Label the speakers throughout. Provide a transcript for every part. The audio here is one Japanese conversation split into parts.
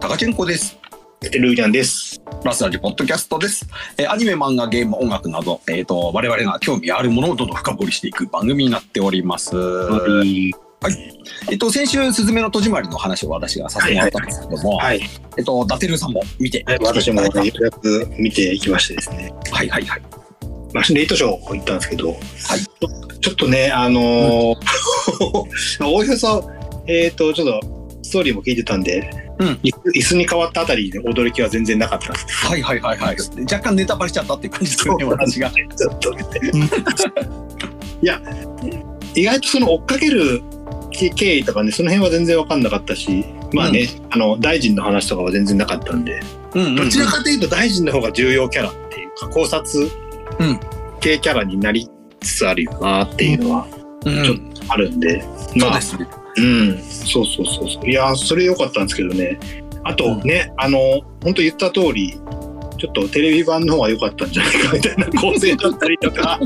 Speaker 1: 高千穂です。
Speaker 2: テルーニャンです。
Speaker 1: ラスラジポッドキャストです。えーアニメ、漫画、ゲーム、音楽など、えっ、と、我々が興味あるものをどんどん深掘りしていく番組になっております。
Speaker 2: はい。
Speaker 1: えっ、と、先週、すずめの戸締まりの話を私がさせてもらったんですけども、
Speaker 2: はい。
Speaker 1: えっ、と、ダテルさんも見て、
Speaker 2: 私も
Speaker 1: は
Speaker 2: よ
Speaker 1: いう
Speaker 2: やく見ていきましてですね。
Speaker 1: はいはい。
Speaker 2: まあ、レイトショー行ったんですけど、ちょっとね、あ のーおおよそ、えっ、と、ちょっと、ストーリーも聞いてたんで、
Speaker 1: うん
Speaker 2: 椅子椅子に変わったあたりで驚きは全然なかったんです
Speaker 1: はいはいはいはい。若干ネタバレしちゃったっていう感じですよね、
Speaker 2: そう
Speaker 1: 私が。
Speaker 2: けど、ちょっと見て。 いや、意外とその追っかける経経緯とかね、その辺は全然わかんなかったし、まあね、あの、大臣の話とかは全然なかったんで、
Speaker 1: うんうんうん
Speaker 2: どちらかというと大臣の方が重要キャラっていうか考察
Speaker 1: うん
Speaker 2: 系キャラになりつつあるよなっていうのは
Speaker 1: うん
Speaker 2: ちょっあるんで、
Speaker 1: そう
Speaker 2: まあ
Speaker 1: ですね。
Speaker 2: うんそうそうそうそういやーそれ良かったんですけどねあと
Speaker 1: うん
Speaker 2: ね、あの本当言った通りちょっとテレビ版の方が良かったんじゃないかみたいな構成だったり とか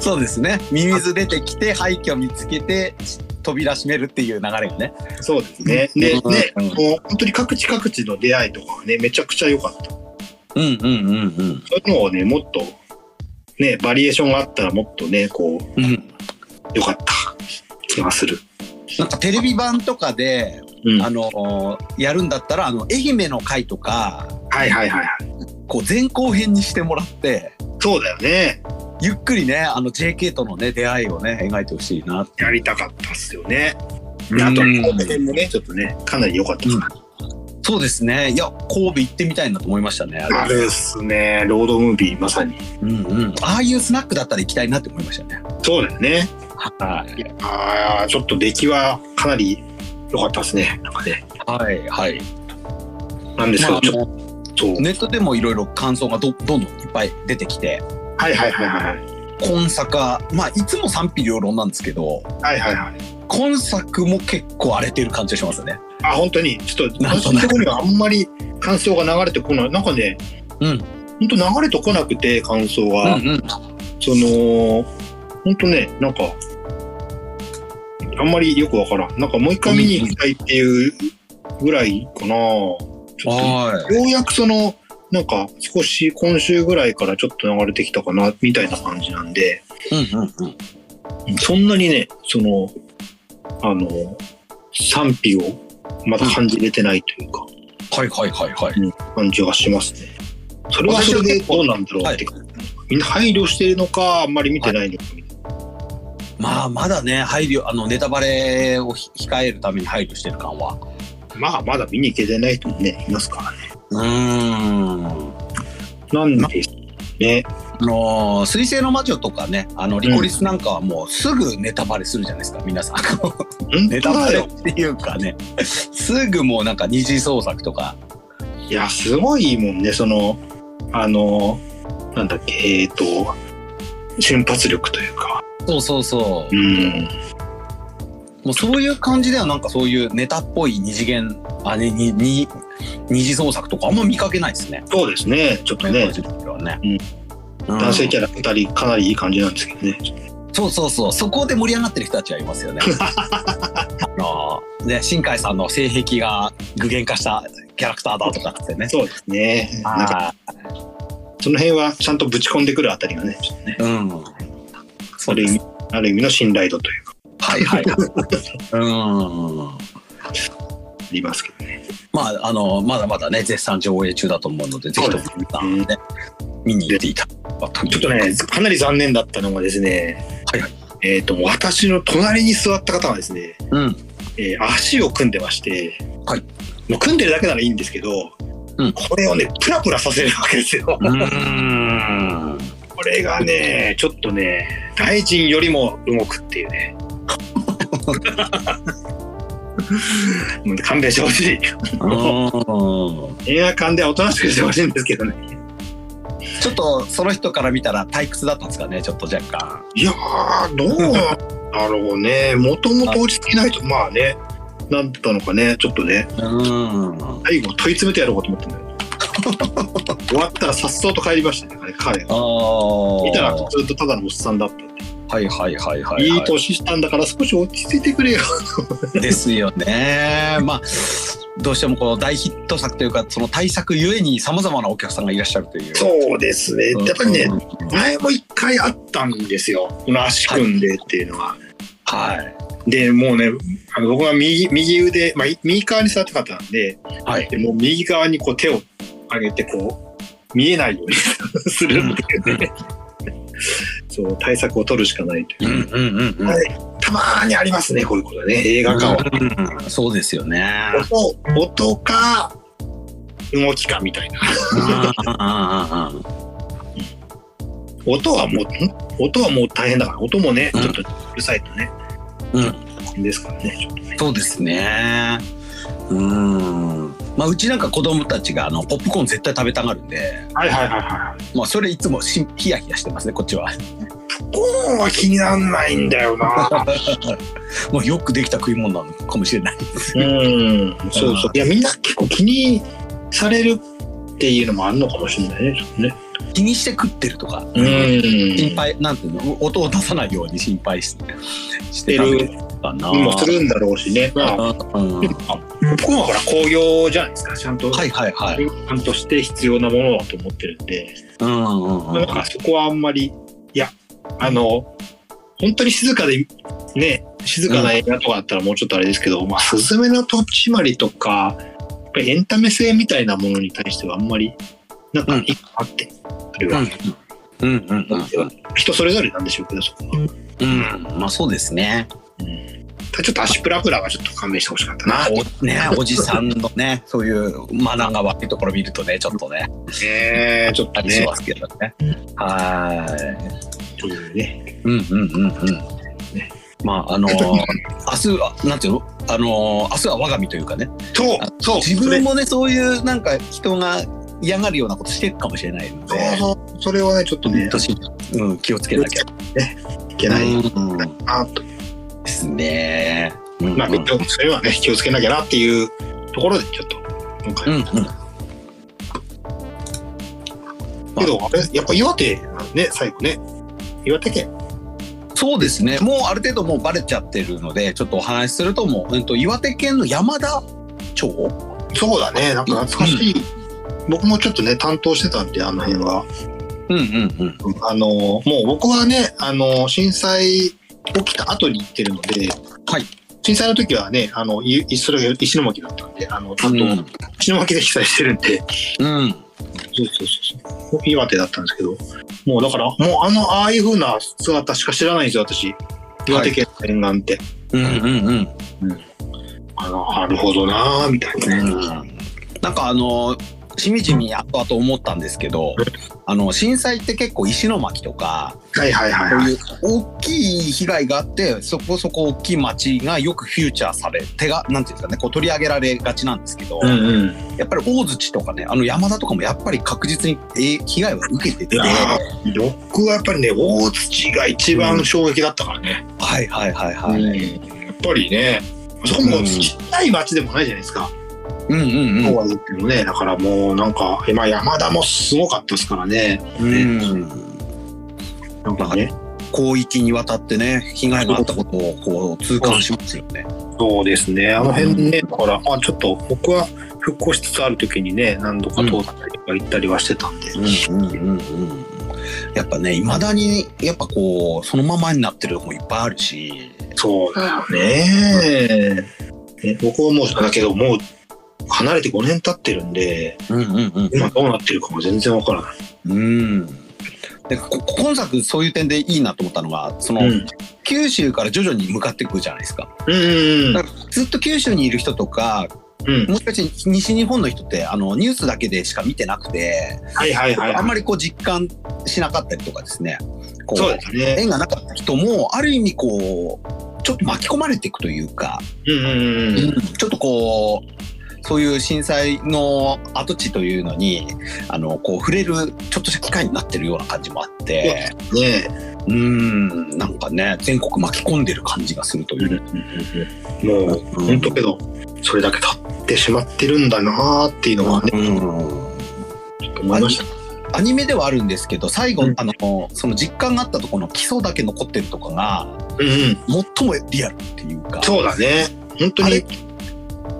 Speaker 1: そうですね。ミミズ出てきて、廃墟見つけて、扉閉めるっていう流れがね。
Speaker 2: そうですねでね
Speaker 1: うんうん
Speaker 2: もう本当に各地各地の出会いとかはねめちゃくちゃ良かった
Speaker 1: うんうんうん
Speaker 2: そういうのをねもっとねバリエーションがあったらもっとねこ
Speaker 1: う
Speaker 2: う
Speaker 1: ん。うん
Speaker 2: 良かった気がする。
Speaker 1: なんかテレビ版とかで、
Speaker 2: うん
Speaker 1: あのやるんだったらあの愛媛の会とか
Speaker 2: はいはいはいはい。
Speaker 1: こう前後編にしてもらって
Speaker 2: そうだよね。
Speaker 1: ゆっくりねあの JK とのね出会いをね描いてほしいな
Speaker 2: やりたかったっすよね。
Speaker 1: うん
Speaker 2: あと、後編もね、ちょっとね、かなり良かったか
Speaker 1: そうですねいや神戸行ってみたいなと思いましたねあ
Speaker 2: ら。あれですね、ロードムービー、まさに。
Speaker 1: うんうん、ああいうスナックだったら行きたいなって思いましたね
Speaker 2: そうだよね。
Speaker 1: はい
Speaker 2: ああ、ちょっと出来はかなり良かったですね。なんかね。
Speaker 1: はいはい、
Speaker 2: なんですけ
Speaker 1: まあ
Speaker 2: ど、
Speaker 1: あ
Speaker 2: ちょっ
Speaker 1: の
Speaker 2: と。
Speaker 1: ネットでもいろいろ感想がどどんどんいっぱい出てきて
Speaker 2: はいはいはいはい。
Speaker 1: 今作はまあいつも賛否両論なんですけど
Speaker 2: はいはいはい。
Speaker 1: 今作も結構荒れてる感じがしますね
Speaker 2: あ、本当に、ちょっと、
Speaker 1: なん
Speaker 2: 私
Speaker 1: とな
Speaker 2: の
Speaker 1: く
Speaker 2: ところにはあんまり感想が流れてこない。なんかね、
Speaker 1: うん
Speaker 2: 本当流れてこなくて、感想
Speaker 1: うん
Speaker 2: が。
Speaker 1: うん
Speaker 2: その、ほんとね、なんか、あんまりよくわからん。なんかもう一回見に行きたいっていうぐらいかな。ちょっ
Speaker 1: はい
Speaker 2: とようやくその、なんか少し今週ぐらいからちょっと流れてきたかな、みたいな感じなんで、
Speaker 1: うんうんうん。
Speaker 2: そんなにね、その、あの、賛否をまだ感じれてないというか、
Speaker 1: はいはいはいはい。
Speaker 2: 感じがしますね。それはそれでどうなんだろうって感じ、みんな配慮してるのか、あんまり見てないのかみたいな。
Speaker 1: まあまだね配慮あのネタバレをひ控えるために配慮してる感は。
Speaker 2: まあ、まだ見に行けてない人もね、いますからね。
Speaker 1: うーん。あ
Speaker 2: なんで、ね。
Speaker 1: の水星の魔女とかねあのリコリスなんかはもうすぐネタバレするじゃないですか皆さん。
Speaker 2: 本
Speaker 1: ネ
Speaker 2: 当
Speaker 1: タバ
Speaker 2: だ
Speaker 1: レ
Speaker 2: よ。
Speaker 1: っていうかねすぐもうなんか二次創作とか。
Speaker 2: いや、すごいもんね、その、あの、なんだっけ、えっ、と、瞬発力というか。
Speaker 1: そうそうそう
Speaker 2: う。ん。
Speaker 1: もうそういう感じではなんかそういうネタっぽい二次元あねにに二次創作とかあんま見かけないですね。
Speaker 2: そうですね、ちょっと
Speaker 1: こ
Speaker 2: ね
Speaker 1: の、時期はね
Speaker 2: うん
Speaker 1: うん
Speaker 2: 男性キャラ2人、かなりいい感じなんですけどね。
Speaker 1: そうそうそう、そこで盛り上がってる人たちはいますよ ね。あのね、新海さんの性癖が具現化したキャラクターだとかってね。
Speaker 2: そうですね。なんか、
Speaker 1: あ
Speaker 2: その辺はちゃんとぶち込んでくるあたりがね、ちょっとね
Speaker 1: ーうん。
Speaker 2: ある意味、ある意味の信頼度というか、
Speaker 1: はいはい。うん。
Speaker 2: ありますけどね。
Speaker 1: まあ、あの、まだまだね、絶賛上映中だと思うので、ぜひとも皆さんね、見に行っていただければと思います
Speaker 2: ちょっとね、かなり残念だったのがですね、
Speaker 1: はいはい
Speaker 2: えっ、と、私の隣に座った方がですね、
Speaker 1: うん。
Speaker 2: えー足を組んでまして、
Speaker 1: はい
Speaker 2: もう組んでるだけならいいんですけど、
Speaker 1: うん
Speaker 2: これをねプラプラさせるわけですよ、
Speaker 1: うーん。
Speaker 2: これがね ちょっとね大臣よりも動くっていうねもう勘弁してほしい
Speaker 1: うん
Speaker 2: 映画館ではおとなしくしてほしいんですけどね
Speaker 1: ちょっと、その人から見たら退屈だったんですかね、ちょっと若干。
Speaker 2: いやーどうだろうねもともと落ち着きないとまあねなんだったのかねちょっとね
Speaker 1: うん。
Speaker 2: 最後問い詰めてやろうかと思ったんだよ終わったらさっそうと帰りましたねあれ彼が
Speaker 1: ああ。
Speaker 2: 見たらずっとただのおっさんだったって。
Speaker 1: はいはいはいはい、
Speaker 2: いい年したんだから少し落ち着いてくれよ。
Speaker 1: ですよ ね。まあどうしてもこう大ヒット作というかその対策ゆえにさまざまなお客さんがいらっしゃるという。
Speaker 2: そうですね。やっぱりね、前も一回あったんですよ。この足組んでっていうのは。
Speaker 1: はい。
Speaker 2: で、もうね、あの僕は右右腕、まあ、右側に座ってたかったんで、
Speaker 1: はい。
Speaker 2: でもう右側にこう手を上げてこう見えないように するんだけどね。そう対策を取るしかないという
Speaker 1: うんうんうんうん。
Speaker 2: はいたまーにありますねこういうことね映画化は、
Speaker 1: うんうんそうですよね。
Speaker 2: 音音か動きかみたいな
Speaker 1: あー
Speaker 2: 音はもう音はもう大変だから音もね
Speaker 1: うん
Speaker 2: ちょっとうるさいとね
Speaker 1: うん、
Speaker 2: ですからねちょっとね
Speaker 1: そうですね。うん。まあうちなんか子供たちがあのポップコーン絶対食べたがるんで、
Speaker 2: はいはいはいはい
Speaker 1: まあそれいつもしヒヤヒヤしてますねこっ ちは。
Speaker 2: コーンは気にならないんだよな
Speaker 1: もうよくできた食い物なのかもしれない。
Speaker 2: うんそうそういやみんな結構気にされるっていうのもあるのかもしれないねちょっとね
Speaker 1: 気にして食ってるとか。
Speaker 2: うん
Speaker 1: 心配なんていうの音を出さないように心配しして
Speaker 2: る
Speaker 1: るかな。
Speaker 2: にもするんだろうしね、まあ、
Speaker 1: うん
Speaker 2: でもあ僕はほら工業じゃないですかちゃんと、
Speaker 1: はいはいはい。
Speaker 2: ちゃんとして必要なものだと思ってるんで、
Speaker 1: うんうんうん
Speaker 2: なんかそこはあんまりいやあの本当に静かでね静かな映画とかだったらもうちょっとあれですけど「まあ、すずめの戸締まり」とかやっぱりエンタメ性みたいなものに対してはあんまりなんか
Speaker 1: うん
Speaker 2: 一個あって、それは、
Speaker 1: うんうんうん
Speaker 2: 人それぞれなんでしょうけどそこ
Speaker 1: う
Speaker 2: は、
Speaker 1: ん。うんまあそうですね。
Speaker 2: ただちょっと足プラプラはちょっと勘弁してほしかったなと思
Speaker 1: おねおじさんのねそういうマナーが悪いところ見るとねちょっとね
Speaker 2: ってねちょっ
Speaker 1: あ
Speaker 2: と
Speaker 1: りし
Speaker 2: ね
Speaker 1: ますけどね。は
Speaker 2: というね
Speaker 1: ーい。うんうんうんうん。まああのー明日はなんていうのあのー明日は我が身というかね
Speaker 2: そう
Speaker 1: あ
Speaker 2: そう
Speaker 1: 自
Speaker 2: それ
Speaker 1: 分もねそういうなんか人が嫌がるようなことしてるかもしれないので。
Speaker 2: そうそうそれはねちょっとね
Speaker 1: 年うん、気をつけなきゃい
Speaker 2: いけない
Speaker 1: うん
Speaker 2: なと、
Speaker 1: ですね。うん
Speaker 2: まあみんなそれはね気をつけなきゃなっていうところでちょっと今
Speaker 1: う
Speaker 2: 回、
Speaker 1: んうん
Speaker 2: けどあれやっぱ岩手なんね最後ね岩手県
Speaker 1: そうですね。もうある程度もうバレちゃってるので、ちょっとお話しするともう、えっと、岩手県の山田町
Speaker 2: そうだねなんか懐かしい、僕もちょっとね担当してたんであの辺は
Speaker 1: うんうんうん。
Speaker 2: あのもう僕はねあの震災起きた後に行ってるので、
Speaker 1: はい
Speaker 2: 震災の時はねあのいいそれが石巻だったんであの担当、
Speaker 1: うん
Speaker 2: 石巻で被災してるんで
Speaker 1: うん。
Speaker 2: そうそうそうそう。岩手だったんですけど、もうだから、もうあの、ああいう風な姿しか知らないんですよ、私。岩手県の沿岸って。
Speaker 1: うんうんうん。
Speaker 2: あの、なるほどなーみたいなね。
Speaker 1: なんかあの、しみじみあとあと思ったんですけど、あの、震災って結構石巻とか、
Speaker 2: はいはいはい
Speaker 1: こう
Speaker 2: はい。
Speaker 1: いう大きい被害があってそこそこ大きい町がよくフューチャーされ手がなんていうんですかねこう取り上げられがちなんですけど、
Speaker 2: うんうん。
Speaker 1: やっぱり大槌とかねあの山田とかもやっぱり確実にえー被害は受けてて
Speaker 2: いや
Speaker 1: は
Speaker 2: 僕はやっぱりね、大土が一番衝撃だったからね。
Speaker 1: いはいはいはい、
Speaker 2: うんやっぱりね、そこもちっちゃい町でもないじゃないですか。
Speaker 1: うん、うんうん
Speaker 2: そうは言ってもね、だからもうなんか、まあ山田もすごかったですからね。
Speaker 1: うん
Speaker 2: なんかね。
Speaker 1: 広域にわたってね被害があったことをこう痛感しますよね。
Speaker 2: そうですね、あの辺ね、だから、まあ、ちょっと僕は復興しつつある時にね、何度か通ったりとか行ったりはしてたんで、
Speaker 1: うんうんうんうんやっぱねいまだにやっぱこうそのままになってるとこもいっぱいあるし。
Speaker 2: そうだよねね僕はもう、だけど、もう離れて5年経ってるんで、
Speaker 1: うんうんうん
Speaker 2: 今どうなってるかも全然わからない。
Speaker 1: うん。でこ今作そういう点でいいなと思ったのがその、
Speaker 2: うん、
Speaker 1: 九州から徐々に向かっていくじゃないですか
Speaker 2: うん、うん
Speaker 1: だからずっと九州にいる人とか
Speaker 2: うん、
Speaker 1: もしかして西日本の人ってあのニュースだけでしか見てなくて、
Speaker 2: はいはいはい、
Speaker 1: あん
Speaker 2: は
Speaker 1: まりこう実感しなかったりとかですねこ
Speaker 2: い。そうですね。
Speaker 1: 縁がなかった人もある意味こうちょっと巻き込まれていくというか、
Speaker 2: うん、うん、うん。
Speaker 1: ちょっとこうそういう震災の跡地というのにあのこう触れるちょっとした機会になってるような感じもあって。
Speaker 2: ね
Speaker 1: うーん、なんかね、全国巻き込んでる感じがするという。
Speaker 2: もう、本当けど、それだけ経ってしまってるんだなーっていうのはね、
Speaker 1: うん
Speaker 2: ちょっと思いました。
Speaker 1: アニメではあるんですけど最後、
Speaker 2: うん
Speaker 1: あのその実感があったところの基礎だけ残ってるとかが
Speaker 2: うんうん。
Speaker 1: 最もリアルっていうか
Speaker 2: そうだね。本当
Speaker 1: あれ
Speaker 2: に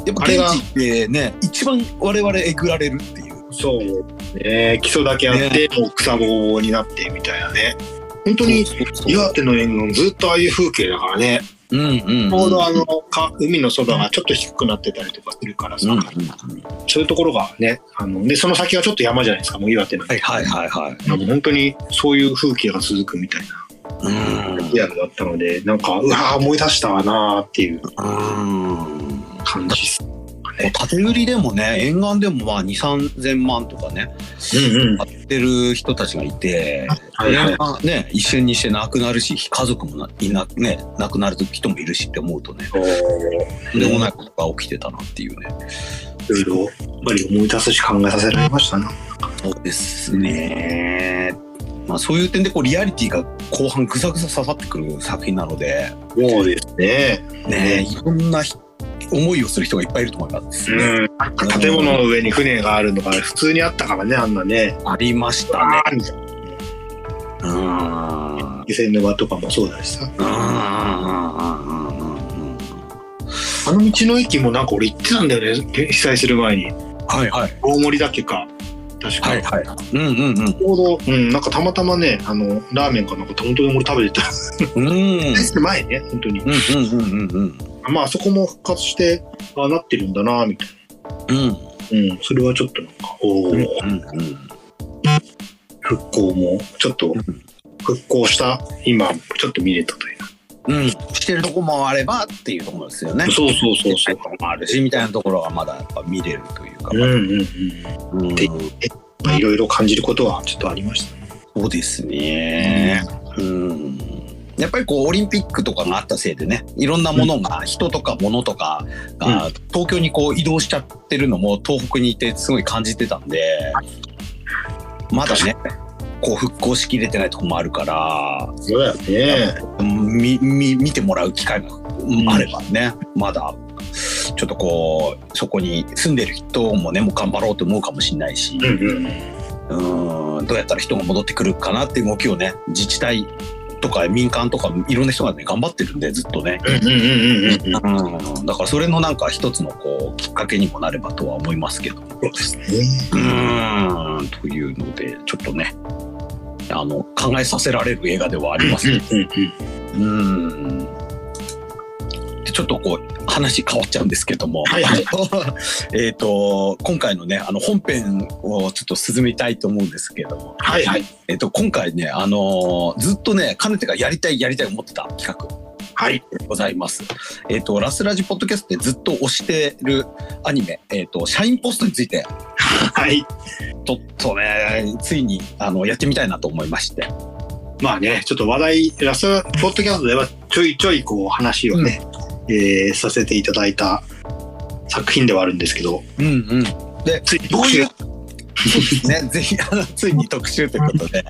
Speaker 1: や、っぱ現地ってね一番我々えぐられるっていう
Speaker 2: そう。ね、基礎だけあって、もう草棒になってみたいなね。本当に、
Speaker 1: そうそうそう
Speaker 2: 岩手の沿岸ずっとああいう風景だからね。
Speaker 1: うんうんうん
Speaker 2: ちょうどあの、か海のそばがちょっと低くなってたりとかするから
Speaker 1: う
Speaker 2: さ、
Speaker 1: んうんうん
Speaker 2: そういうところがね、あの、で、その先はちょっと山じゃないですか、もう岩手の。
Speaker 1: はいはいはいはい
Speaker 2: なんか本当にそういう風景が続くみたいな
Speaker 1: うん
Speaker 2: リアルだったので、なんか、うわー思い出したわなーっていう
Speaker 1: うん
Speaker 2: 感じっす。
Speaker 1: 縦売りでもね沿岸でもまあ2 3 0 0 0万とかね
Speaker 2: うんうん。
Speaker 1: 買ってる人たちがいて、
Speaker 2: はいはい
Speaker 1: まあね、一瞬にして亡くなるし家族もないな、ね、亡くなる人もいるしって思うとね
Speaker 2: こう
Speaker 1: とんでもないことが起きてたなっていうね。
Speaker 2: いろいろ、やっぱり思い出すし考えさせられましたな。
Speaker 1: そうですね。まあ、そういう点でこうリアリティが後半ぐさぐさ刺さってくる作品なので、
Speaker 2: そうですね。
Speaker 1: ね、いろんなひ思いをする人がいっぱいいると思います、
Speaker 2: うん、建物の上に船があるのが普通にあったからね、あんなね。
Speaker 1: ありまし
Speaker 2: あ
Speaker 1: たね。
Speaker 2: ーみたいな
Speaker 1: うん。うん
Speaker 2: 気仙沼とかもそうだしさ。あの道の駅もなんか俺行ってたんだよね、被災する前に。
Speaker 1: はいはい。
Speaker 2: 大森だっけか。確か。
Speaker 1: はいはい。うんうんうん。
Speaker 2: ちょうど、うん、なんかたまたまね、あの、ラーメンかなんか本当に俺食べてた。
Speaker 1: うん。うん
Speaker 2: 前ね、本当に。
Speaker 1: うんうんうんうん。
Speaker 2: まあ、あそこも復活して、ああなってるんだな、みたい
Speaker 1: うん。
Speaker 2: な。うん、それはちょっとなんか、お
Speaker 1: うん
Speaker 2: ー
Speaker 1: うん
Speaker 2: 復興も、ちょっと、復興した、今、ちょっと見れたという。
Speaker 1: うん。うん。してるとこもあればっていうところですよね。
Speaker 2: そうそうそうそう。
Speaker 1: もあるしみたいなところがまだやっぱ見れるというか、
Speaker 2: うんうんうん。
Speaker 1: うん
Speaker 2: でまあ、いろいろ感じることはちょっとありましたね。
Speaker 1: そうですね、うん、やっぱりこうオリンピックとかがあったせいでねいろんなものが、人とか物とかが東京にこう移動しちゃってるのも東北にいてすごい感じてたんでまだねこう復興しきれてないとこもあるから
Speaker 2: そうだよね。
Speaker 1: みみ見てもらう機会がうんあればね、まだちょっとこうそこに住んでる人もねもう頑張ろうと思うかもしれないし、
Speaker 2: うんうん。
Speaker 1: うんどうやったら人が戻ってくるかなっていう動きをね自治体とか民間とかいろんな人がね頑張ってるんでずっとね、
Speaker 2: うんうんうんうんうん。
Speaker 1: うん、だからそれのなんか一つのこうきっかけにもなればとは思いますけど
Speaker 2: そうですね。
Speaker 1: うんというのでちょっとねあの考えさせられる映画ではありますね
Speaker 2: うんうんうん。
Speaker 1: うんでちょっとこう話変わっちゃうんですけども、
Speaker 2: はいはい
Speaker 1: えっと今回のねあの本編をちょっと進みたいと思うんですけども、
Speaker 2: はいはい。
Speaker 1: えっと今回ね、あのーずっとねかねてがやりたいやりたい思ってた企画
Speaker 2: はい。
Speaker 1: でございます。えっとラスラジポッドキャストでずっと推してるアニメ、えっと社員ポストについて
Speaker 2: はい。
Speaker 1: ちょっとねついにあのやってみたいなと思いまして、
Speaker 2: まあね、ちょっと話題、ラストポッドキャストではちょいちょいこう話をね、えーさせていただいた作品ではあるんですけど、
Speaker 1: うんうん、
Speaker 2: ついに
Speaker 1: どう
Speaker 2: 特
Speaker 1: い
Speaker 2: 集
Speaker 1: う。そうです ね。ぜひ、あの、ついに特集ということで。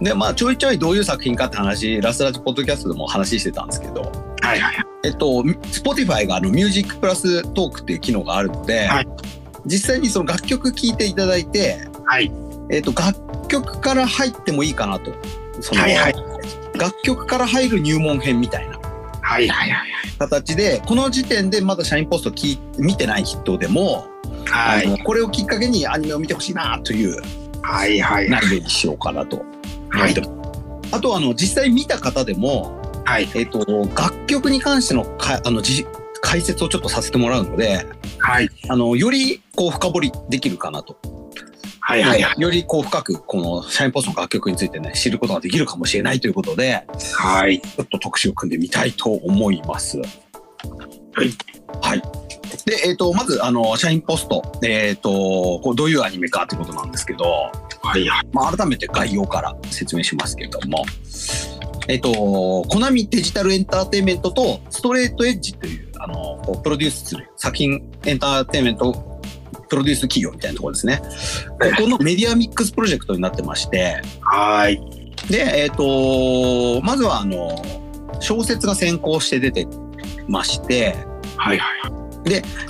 Speaker 1: で、まあ、ちょいちょいどういう作品かって話、ラスラジポッドキャストでも話してたんですけど、
Speaker 2: はいはい。
Speaker 1: えっと、Spotify があの、ミュージックプラストークっていう機能があるので、
Speaker 2: はい
Speaker 1: 実際にその楽曲聴いていただいて、
Speaker 2: はい。
Speaker 1: えっと、楽曲から入ってもいいかなと。その、
Speaker 2: はいはい
Speaker 1: 楽曲から入る入門編みたいな
Speaker 2: はいはいはい。
Speaker 1: 形で、この時点でまだ社員ポスト聞い見てない人でも、
Speaker 2: は
Speaker 1: あ
Speaker 2: い
Speaker 1: のこれをきっかけにアニメを見てほしいなという
Speaker 2: はいはい。
Speaker 1: 内容にしようかなと。
Speaker 2: はい。
Speaker 1: あとはあの実際見た方でも、
Speaker 2: はい。
Speaker 1: えっと楽曲に関してのかあのじ解説をちょっとさせてもらうので
Speaker 2: はい。
Speaker 1: あのよりこう深掘りできるかなと、
Speaker 2: はいはいはい。
Speaker 1: よりこう深くこのシャインポストの楽曲についてね知ることができるかもしれないということで
Speaker 2: はい。、
Speaker 1: ちょっと特集を組んでみたいと思います。はいはいでえっとまずあの「社員ポスト」えっとこうどういうアニメかということなんですけど、
Speaker 2: はいはい。
Speaker 1: まあ、改めて概要から説明しますけれども、えっと、コナミデジタルエンターテインメントとストレートエッジというあのこうプロデュースする作品エンターテインメントプロデュース企業みたいなところですね。
Speaker 2: はい
Speaker 1: ここのメディアミックスプロジェクトになってまして、
Speaker 2: はい。
Speaker 1: で、えっと、まずはあの小説が先行して出てまして、
Speaker 2: はいはい。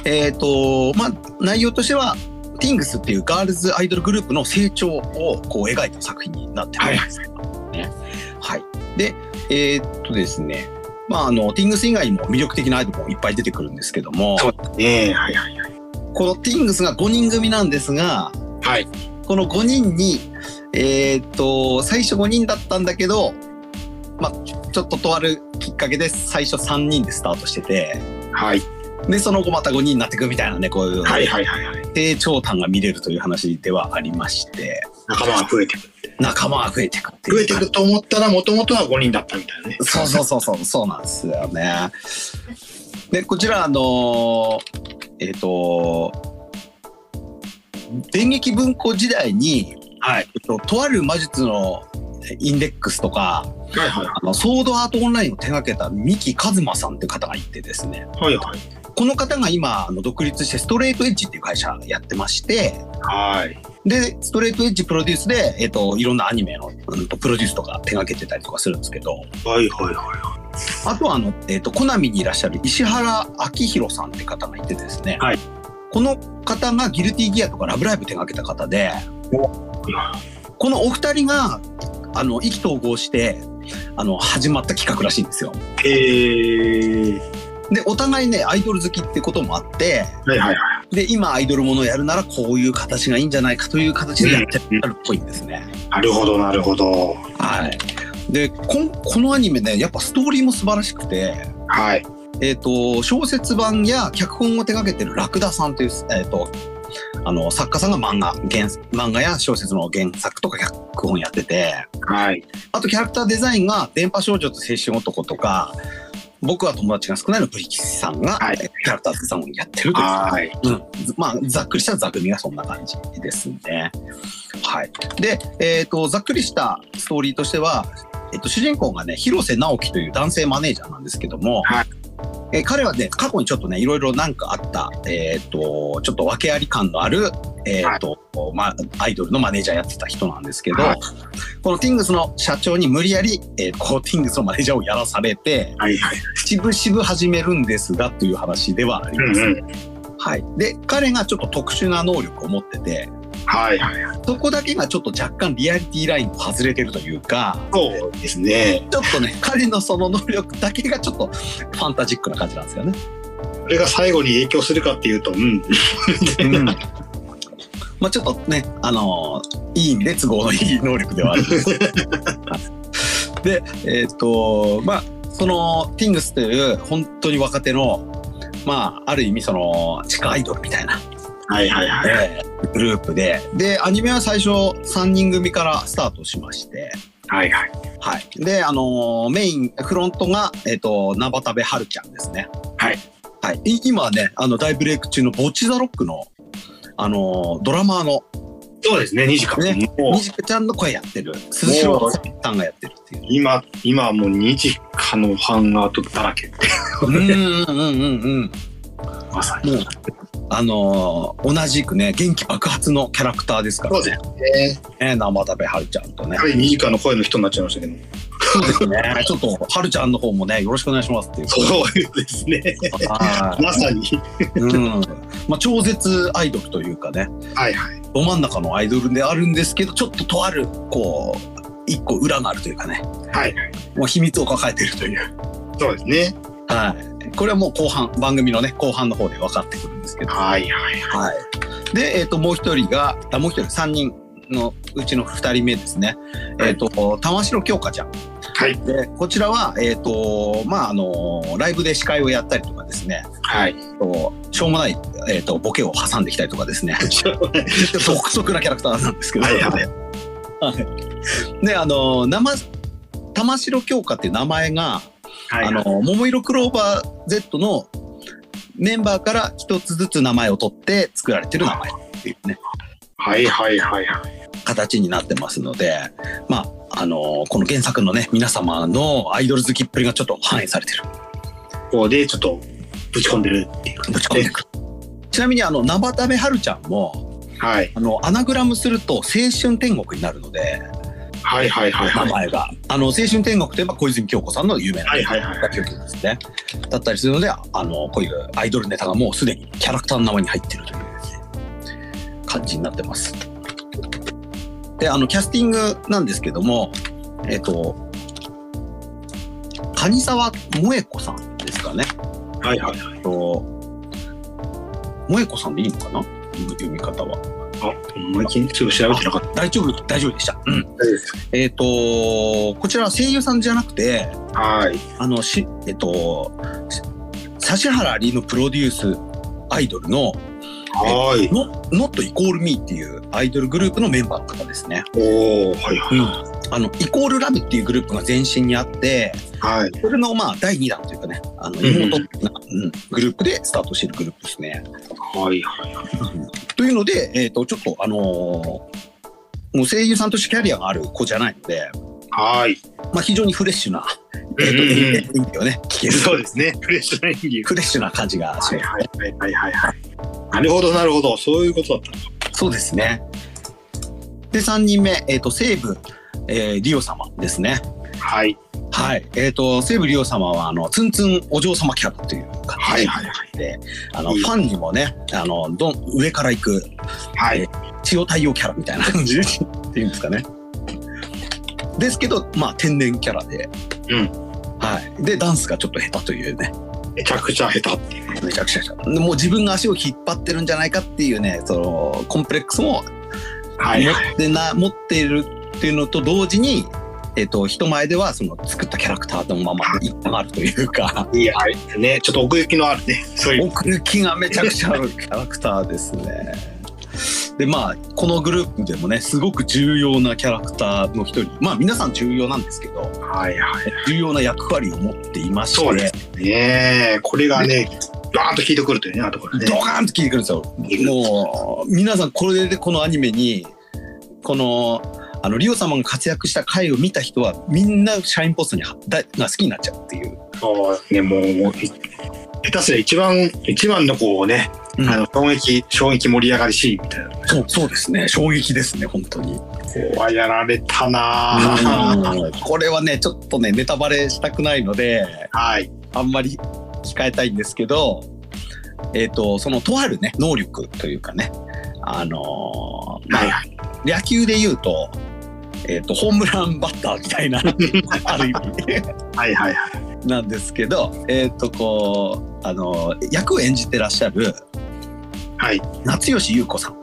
Speaker 1: えっと、まあ、内容としては、ティングスっていうガールズアイドルグループの成長をこう描いた作品になってます。ねはい、で、えーっとですね、まあ、あの、ティングス以外にも魅力的なアイドルもいっぱい出てくるんですけども、
Speaker 2: そうええはいはい。
Speaker 1: このティングスが5人組なんですが、
Speaker 2: はい。
Speaker 1: この5人に、えーっと、最初5人だったんだけど、まあ、ちょっととあるきっかけで最初3人でスタートしてて、
Speaker 2: はい。
Speaker 1: で、その後また5人になっていくみたいなね、こういう
Speaker 2: はいはいはいはい。
Speaker 1: 成長端が見れるという話ではありまして、
Speaker 2: 仲間が増えてくる。
Speaker 1: 仲間が増えていくっていう。
Speaker 2: 増えてくと思ったら、もともとは5人だったみたいなね。
Speaker 1: そうそうそうそう、そうなんですよね。で、こちら、あのえっ、と、電撃文庫時代に、
Speaker 2: はい。
Speaker 1: えっととある魔術のインデックスとか、
Speaker 2: はいはい。
Speaker 1: あのソードアートオンラインを手掛けた三木一馬さんという方がいてですね、
Speaker 2: はいはい。
Speaker 1: この方が今、あの独立してストレートエッジっていう会社やってまして、
Speaker 2: はい。
Speaker 1: で、ストレートエッジプロデュースで、えっ、と、いろんなアニメの、うんと、プロデュースとか手掛けてたりとかするんですけど、
Speaker 2: はいはいは
Speaker 1: あとはあの、えっとコナミにいらっしゃる石原明宏さんって方がいてですね、
Speaker 2: はい
Speaker 1: この方がギルティギアとかラブライブ手掛けた方で
Speaker 2: お
Speaker 1: このお二人があの意気投合してあの始まった企画らしいんですよ。
Speaker 2: い。ええ
Speaker 1: でお互いねアイドル好きってこともあって
Speaker 2: はいはいは
Speaker 1: で今アイドルものをやるならこういう形がいいんじゃないかという形でやってるっぽいんですね。
Speaker 2: い。なるほどなるほど。
Speaker 1: はい、でこんこのアニメねやっぱストーリーも素晴らしくて。
Speaker 2: はい。
Speaker 1: えー、と小説版や脚本を手掛けてるラクダさんという、えー、とあの作家さんが漫画原漫画や小説の原作とか脚本やってて
Speaker 2: はい。
Speaker 1: あとキャラクターデザインが「電波少女と青春男」とか「僕は友達が少ない」のブリキスさんが、
Speaker 2: はい
Speaker 1: えーキャラクターデザインをやってるという
Speaker 2: はい。
Speaker 1: うん、まあざっくりした座組がそんな感じですね。はい、で、えー、とざっくりしたストーリーとしては、えっと主人公がね広瀬直樹という男性マネージャーなんですけども、
Speaker 2: はい
Speaker 1: えー彼はね過去にちょっとねいろいろなんかあった、えー、とちょっと訳あり感のある、えーとまあ、アイドルのマネージャーやってた人なんですけど、
Speaker 2: はい
Speaker 1: このティングスの社長に無理やり、えーこうティングスのマネージャーをやらされて
Speaker 2: はいはい。
Speaker 1: 渋々始めるんですがという話ではあり
Speaker 2: う
Speaker 1: ます。
Speaker 2: んうん。
Speaker 1: はい、で彼がちょっと特殊な能力を持ってて
Speaker 2: はいはい。
Speaker 1: そこだけがちょっと若干リアリティラインを外れてるというか
Speaker 2: そうですね。
Speaker 1: ちょっと ね彼のその能力だけがちょっとファンタジックな感じなんですよね。
Speaker 2: それが最後に影響するかっていうと、 うん。
Speaker 1: まあちょっとねあのーいい意味で都合のいい能力ではあるんです けどでえっ、とまあそのティングスという本当に若手のまあある意味その地下アイドルみたいな
Speaker 2: はいはいはい。
Speaker 1: えーグループででアニメは最初3人組からスタートしまして、
Speaker 2: はいはい。
Speaker 1: はい、で、あのーメインフロントが、えっと生田部春ちゃんですね
Speaker 2: はい、
Speaker 1: はい、い今はねあの大ブレイク中の「ボッチ・ザ・ロックの」あのードラマーの
Speaker 2: そうですね、2時間。
Speaker 1: ね
Speaker 2: もう
Speaker 1: みじくちゃんの声やってる鈴代さんがやってるっていう。
Speaker 2: 今、今はもう2時間のファンアートだらけって、
Speaker 1: うんうんうんうん
Speaker 2: まさ
Speaker 1: うん
Speaker 2: に。
Speaker 1: もうあのー同じくね元気爆発のキャラクターですからね
Speaker 2: ね。
Speaker 1: ね生田部春ちゃんとね
Speaker 2: や。はり2時間の声の人になっちゃいましたけど。
Speaker 1: そうですね。ちょっと、はるちゃんの方もね、よろしくお願いしますっていう。
Speaker 2: そうですね。
Speaker 1: はい
Speaker 2: まさに。
Speaker 1: うん。まあ、超絶アイドルというかね、
Speaker 2: はいはい。
Speaker 1: ど真ん中のアイドルであるんですけど、ちょっととある、こう、一個裏があるというかね、
Speaker 2: はい。
Speaker 1: もう秘密を抱えてるという。
Speaker 2: そうですね。
Speaker 1: はい。これはもう後半、番組のね、後半の方で分かってくるんですけど。
Speaker 2: はいはい。
Speaker 1: はい。で、えっ、と、もう一人が、あもう一人、三人のうちの二人目ですね。えっ、と、玉城京香ちゃん。
Speaker 2: はい。
Speaker 1: でこちらは、えーとまあ、あのライブで司会をやったりとかですね
Speaker 2: はい。
Speaker 1: こうしょうもない、えー、とボケを挟んできたりとかですね独特なキャラクターなんですけど、
Speaker 2: はいはい
Speaker 1: はいであの生玉城京香っていう名前が、
Speaker 2: はい。
Speaker 1: あの桃色クローバー Z のメンバーから一つずつ名前を取って作られてる名前っていうね
Speaker 2: はいはいはいはい。
Speaker 1: 形になってますので、まあ、あのこの原作のね皆様のアイドル好きっぷりがちょっと反映されてる
Speaker 2: ここでちょっとぶち込んでるっていう
Speaker 1: ぶち込んでくる。ちなみにあの生田目春ちゃんも
Speaker 2: はい。
Speaker 1: あのアナグラムすると青春天国になるので
Speaker 2: はいはいはい
Speaker 1: 名
Speaker 2: はい。
Speaker 1: 前が、あの青春天国といえば小泉京子さんの有名な
Speaker 2: はいはいはい。
Speaker 1: 楽曲ですねだったりするのであのこういうアイドルネタがもうすでにキャラクターの名前に入ってるという、ね、感じになってます。で、あの、キャスティングなんですけども、えっと、蟹沢萌子さんですかね。
Speaker 2: はいはいはい。
Speaker 1: えっと、萌子さんでいいのかな読み方は。
Speaker 2: あ、思いっきりすぐ調べてなかった。
Speaker 1: 大丈夫、大丈夫でした。うん。
Speaker 2: 大丈夫です。
Speaker 1: えっ、と、こちら声優さんじゃなくて、
Speaker 2: はい。
Speaker 1: あの、し、えっと、し指原莉のプロデュースアイドルの、
Speaker 2: はい。
Speaker 1: の、not イコールミーっていうアイドルグループのメンバーの方ですね。
Speaker 2: おおはいはい。
Speaker 1: あの、イコールラブっていうグループが前身にあって、
Speaker 2: はい。
Speaker 1: それのまあ第2弾というかね、あの、
Speaker 2: うん
Speaker 1: 妹な、うん、グループでスタートしてるグループですね。
Speaker 2: はいはい。
Speaker 1: というので、えっ、と、ちょっとあのーもう声優さんとしてキャリアがある子じゃないので、
Speaker 2: はい。
Speaker 1: まあ非常にフレッシュな、えっ、と、
Speaker 2: うんうんうん
Speaker 1: 演技をね、聞ける。
Speaker 2: そうですね。フレッシュな演技。
Speaker 1: フレッシュな感じがします。
Speaker 2: はいはいはいはいはい。なるほどなるほど。そういうことだったんだ。
Speaker 1: そうですね。で、3人目、えっ、と、西武、えー、リオ様ですね。
Speaker 2: はい。
Speaker 1: はい。えっ、と、西武リオ様は、あの、ツンツンお嬢様キャラという感
Speaker 2: はい
Speaker 1: じ
Speaker 2: はいはい。
Speaker 1: で、あの、
Speaker 2: いい
Speaker 1: ファンにもね、あの、どん、上から行く、
Speaker 2: はい。
Speaker 1: 千代対応キャラみたいな感じで っていうんですかね。ですけど、まあ、天然キャラで。
Speaker 2: うん
Speaker 1: はい。で、ダンスがちょっと下手というね、
Speaker 2: めちゃくちゃ下手っていう。
Speaker 1: めちゃくちゃ下手。でもう自分が足を引っ張ってるんじゃないかっていうね、その、コンプレックスも
Speaker 2: はい
Speaker 1: 持っ
Speaker 2: はい。
Speaker 1: てな持っているっていうのと同時に、えっと人前ではその作ったキャラクターのまま一貫あるというか
Speaker 2: いや、はいね、ちょっと奥行きのあるね、そういう。
Speaker 1: 奥行きがめちゃくちゃあるキャラクターですね。でまあこのグループでもねすごく重要なキャラクターの一人まあ皆さん重要なんですけど
Speaker 2: はいは
Speaker 1: 重要な役割を持っていまして
Speaker 2: そうですい。ねえこれがね、ドーンと効いてくるというね、あとからね
Speaker 1: ド。カーンと聞いてくるんですよ。もう皆さんこれでこのアニメにこのあのリオ様が活躍した回を見た人はみんな社員ポストにはだが好きになっちゃうっていう。
Speaker 2: そうね、もう、もうい下手すりゃ一番、一番のこうね、
Speaker 1: うん
Speaker 2: あの、衝撃、衝撃盛り上がりシーンみたいな。こ
Speaker 1: そうそうですね衝撃ですね本当に。
Speaker 2: うはやられたなぁ
Speaker 1: うんこれはねちょっとねネタバレしたくないので
Speaker 2: はい。
Speaker 1: あんまり控えたいんですけど、えっとそのとあるね能力というかねあのーまあ
Speaker 2: はいはい。
Speaker 1: 野球で言うと,、えっとホームランバッターみ たいなある意味
Speaker 2: はいはいはい。
Speaker 1: なんですけど、えっとこうあの役を演じてらっしゃる、
Speaker 2: はい、
Speaker 1: 夏吉優子さん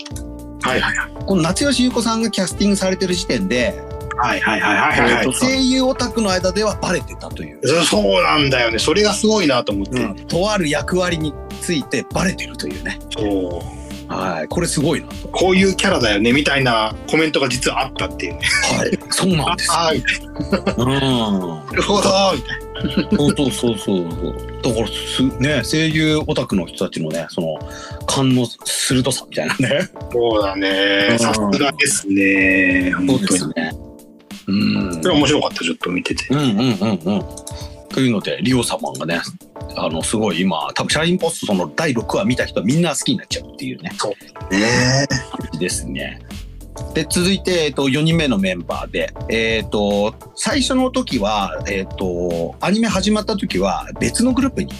Speaker 2: はいはいはい。
Speaker 1: この夏吉優子さんがキャスティングされてる時点で、
Speaker 2: はいはいはいはい
Speaker 1: え
Speaker 2: は
Speaker 1: っ
Speaker 2: い
Speaker 1: と
Speaker 2: はい。
Speaker 1: 声優オタクの間ではバレてたという、
Speaker 2: そそうなんだよね。それがすごいなと思って。
Speaker 1: とある役割についてバレてるというね、
Speaker 2: そう。
Speaker 1: はい、これすごいなと。
Speaker 2: こういうキャラだよね、みたいなコメントが実はあったっていうね。
Speaker 1: はい、そうなんですよ。
Speaker 2: ああ、
Speaker 1: うん
Speaker 2: なるほど、みたい
Speaker 1: そうそうそうそうそう。だからすね声優オタクの人たちのねその勘の鋭さみたいなね。
Speaker 2: な。そうだ
Speaker 1: う
Speaker 2: ね。
Speaker 1: ん
Speaker 2: さすがですね。本当に。そ
Speaker 1: ね。うん。
Speaker 2: れは面白かった、ちょっと見てて。
Speaker 1: うんうんうんうん。というのでリオ様がねあのすごい今多分社員ポストその第6話見た人はみんな好きになっちゃうっていうね
Speaker 2: ね
Speaker 1: 感じですね。で続いて、えっと、4人目のメンバーで、えっと最初の時は、えっとアニメ始まった時は別のグループに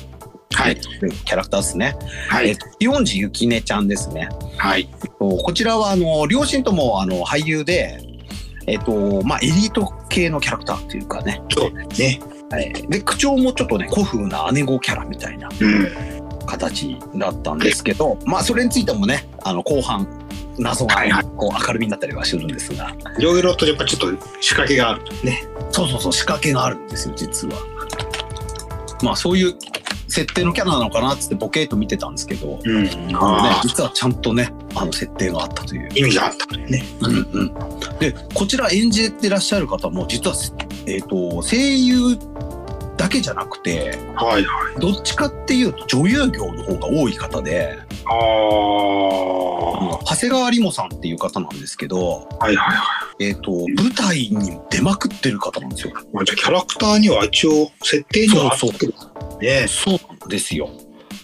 Speaker 2: は
Speaker 1: 入っ
Speaker 2: い。
Speaker 1: てるキャラクターですね。
Speaker 2: は
Speaker 1: えっ
Speaker 2: い。
Speaker 1: とイオンジゆきねちゃんですね。
Speaker 2: はい。
Speaker 1: とこちらはあの両親ともあの俳優で、えっとまあ、エリート系のキャラクターっていうかね、
Speaker 2: そうだね。
Speaker 1: はいで口調もちょっとね古風な姉御キャラみたいな
Speaker 2: うん。
Speaker 1: 形だったんですけど、まあ、それについてもねあの後半謎が
Speaker 2: はいは
Speaker 1: こう明るみになったりはするんですが、
Speaker 2: いろいろとやっぱちょっと仕掛けがあるね。
Speaker 1: そうそうそう仕掛けがあるんですよ実は。まあそういう設定のキャラなのかなっつってボケーと見てたんですけど、
Speaker 2: うん。
Speaker 1: あのね
Speaker 2: ああ、
Speaker 1: 実はちゃんとねあの設定があったという。
Speaker 2: 意味があったね。
Speaker 1: うんうん、でこちら演じてらっしゃる方も実は、えー、と声優だけじゃなくて
Speaker 2: はいはい。
Speaker 1: どっちかっていうと女優業の方が多い方で、
Speaker 2: ああ。は
Speaker 1: 長谷川里もさんっていう方なんですけど、
Speaker 2: いはいは
Speaker 1: えー、と舞台に出まくってる方なんですよ。
Speaker 2: い。まあじゃあキャラクターには一応、設定にはあ
Speaker 1: そう
Speaker 2: っ
Speaker 1: そう
Speaker 2: てるね。
Speaker 1: そうなんですよ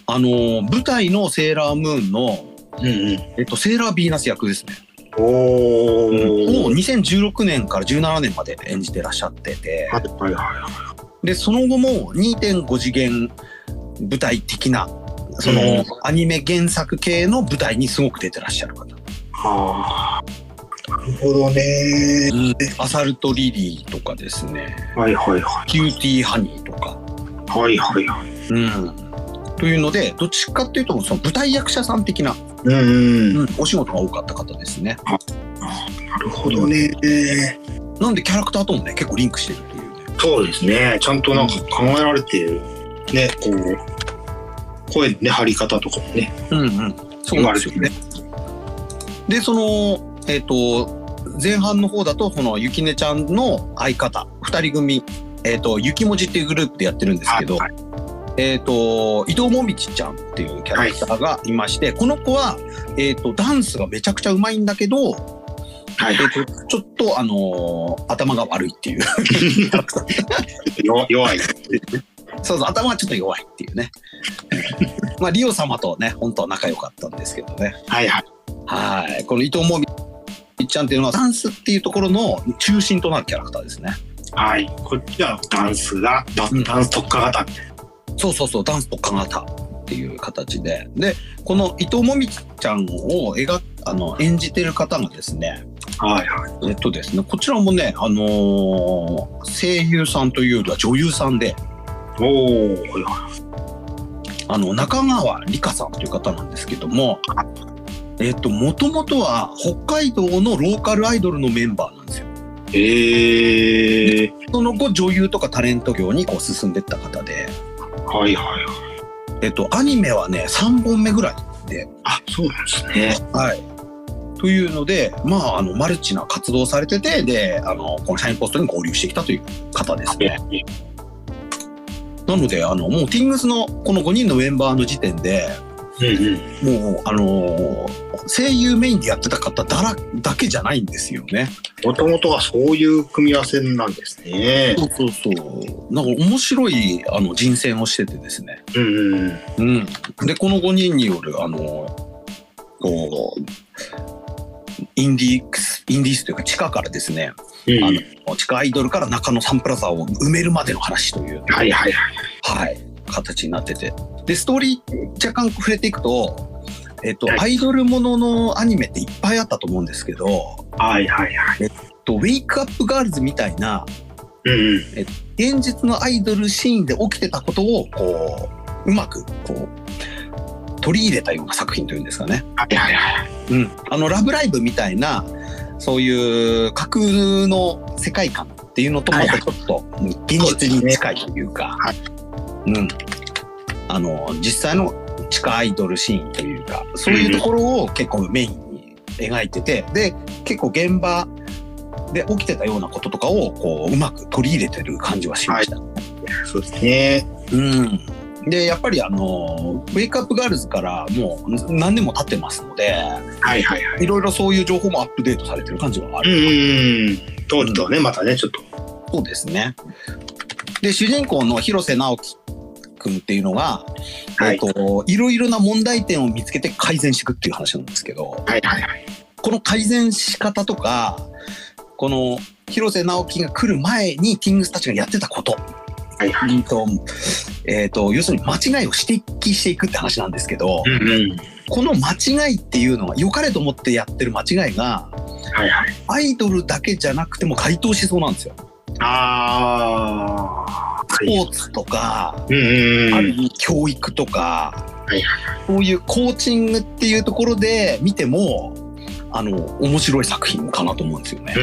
Speaker 1: あのー舞台のセーラームーンの、
Speaker 2: うんうん。
Speaker 1: えー、とセーラーヴィーナス役ですね、
Speaker 2: お
Speaker 1: を
Speaker 2: ー。
Speaker 1: 2016年から17年まで演じてらっしゃってて、
Speaker 2: はいはいは
Speaker 1: でその後も2.5次元舞台的なその、
Speaker 2: うん
Speaker 1: アニメ原作系の舞台にすごく出てらっしゃる方
Speaker 2: い。ああ。なるほどね。
Speaker 1: うんアサルトリリーとかですね、
Speaker 2: はいはいは
Speaker 1: キューティーハニーとか。
Speaker 2: い。はいはいはい。
Speaker 1: うん、というので、どっちかっていうと、その舞台役者さん的な、
Speaker 2: うんうん。
Speaker 1: うんお仕事が多かった方ですね。
Speaker 2: なるほどね。
Speaker 1: なんでキャラクターともね、結構リンクしてるというね。
Speaker 2: そうですね。ちゃんとなんか考えられてる。ね、こう。声のね、張り方とかもね。
Speaker 1: うんうん。そうなんですよね。で、その、えっ、と、前半の方だと、その、ゆきねちゃんの相方、二人組、えっ、と、ゆきもじっていうグループでやってるんですけど、
Speaker 2: はい
Speaker 1: えっ、と、伊藤もみちちゃんっていうキャラクターがいまして、この子は、えっ、と、ダンスがめちゃくちゃうまいんだけど、
Speaker 2: は
Speaker 1: え
Speaker 2: い。
Speaker 1: っとちょっと、あのー頭が悪いっていう
Speaker 2: 弱弱い。
Speaker 1: そうそう頭がちょっと弱いっていうね まあリオ様とね本当は仲良かったんですけどね
Speaker 2: はいはい。
Speaker 1: はいこの伊藤もみちゃんっていうのはダンスっていうところの中心となるキャラクターですね
Speaker 2: はい。こっちはダンスが、ダ
Speaker 1: うん
Speaker 2: ダンス特化型。
Speaker 1: そうそうそうダンスとか型っていう形ででこの伊藤もみちゃんを描くあの演じてる方がですね
Speaker 2: はいは
Speaker 1: え
Speaker 2: い。
Speaker 1: っとですねこちらもねあのー声優さんというよりは女優さんで
Speaker 2: おお。はいは
Speaker 1: あの中川理香さんという方なんですけども、えっともともとは北海道のローカルアイドルのメンバーなんですよ。
Speaker 2: いえー。
Speaker 1: その後女優とかタレント業にこう進んでった方で、
Speaker 2: はいはいはい。
Speaker 1: えっとアニメはね3本目ぐらい、
Speaker 2: あ、そうなんですね。
Speaker 1: はい、というので、まあ、あのマルチな活動をされててであのこの社員ポストに合流してきたという方ですね。なのであのもう TINGS のこの5人のメンバーの時点で
Speaker 2: うんうん。
Speaker 1: もうあの声優メインでやってた方だらだけじゃないんですよね。
Speaker 2: もともとはそういう組み合わせなんですね。
Speaker 1: そうそうそう。なんか面白いあの人選をしててですね。
Speaker 2: うんうんうん。
Speaker 1: うん。で、この5人による、あの、こう、インディークス、インディースというか地下からですね、
Speaker 2: うん
Speaker 1: あ
Speaker 2: うん
Speaker 1: の地下アイドルから中野サンプラザを埋めるまでの話という、
Speaker 2: はいはいはい。
Speaker 1: はい、形になってて。で、ストーリー若干触れていくと、えっと、
Speaker 2: はい
Speaker 1: アイドルもののアニメっていっぱいあったと思うんですけど、
Speaker 2: はいはいはい。
Speaker 1: とウェイクアップガールズみたいな、
Speaker 2: うんうん。
Speaker 1: 現実のアイドルシーンで起きてたことをこううまくこう取り入れたような作品というんですかね。
Speaker 2: はいはいはい。
Speaker 1: うん、あの「ラブライブ!」みたいなそういう架空の世界観っていうのとまたちょっとうん現実に近いというか、
Speaker 2: は
Speaker 1: うん、あの実際の地下アイドルシーンというかそういうところを結構メインに描いててで結構現場で起きてたようなこととかをこううまく取り入れてる感じはしました。
Speaker 2: そうですね。
Speaker 1: うん、でやっぱりあのウェイクアップガールズからもう何年も経ってますので
Speaker 2: はいはいはい。
Speaker 1: いろいろそういう情報もアップデートされてる感じはあ
Speaker 2: う
Speaker 1: る、
Speaker 2: んうんうん。当時とはね、またね、ちょっと。
Speaker 1: そうですねで主人公の広瀬直樹君っていうのが、
Speaker 2: はい
Speaker 1: い、といろいろな問題点を見つけて改善していくっていう話なんですけど
Speaker 2: はいはいはい。
Speaker 1: この改善し方とかこの広瀬直樹が来る前にキングスたちがやってたこと
Speaker 2: はいはい。
Speaker 1: うんと,、えー、と要するに間違いを指摘していくって話なんですけど、
Speaker 2: うんうん。
Speaker 1: この間違いっていうのは良かれと思ってやってる間違いが
Speaker 2: はいはい。
Speaker 1: アイドルだけじゃなくても該当しそうなんですよ。
Speaker 2: ああ。
Speaker 1: スポーツとか、
Speaker 2: うんうんうん。
Speaker 1: あ
Speaker 2: は
Speaker 1: る
Speaker 2: い
Speaker 1: 意味教育とか、
Speaker 2: はい
Speaker 1: そういうコーチングっていうところで見てもあの面白い作品かなと思うんですよね
Speaker 2: う。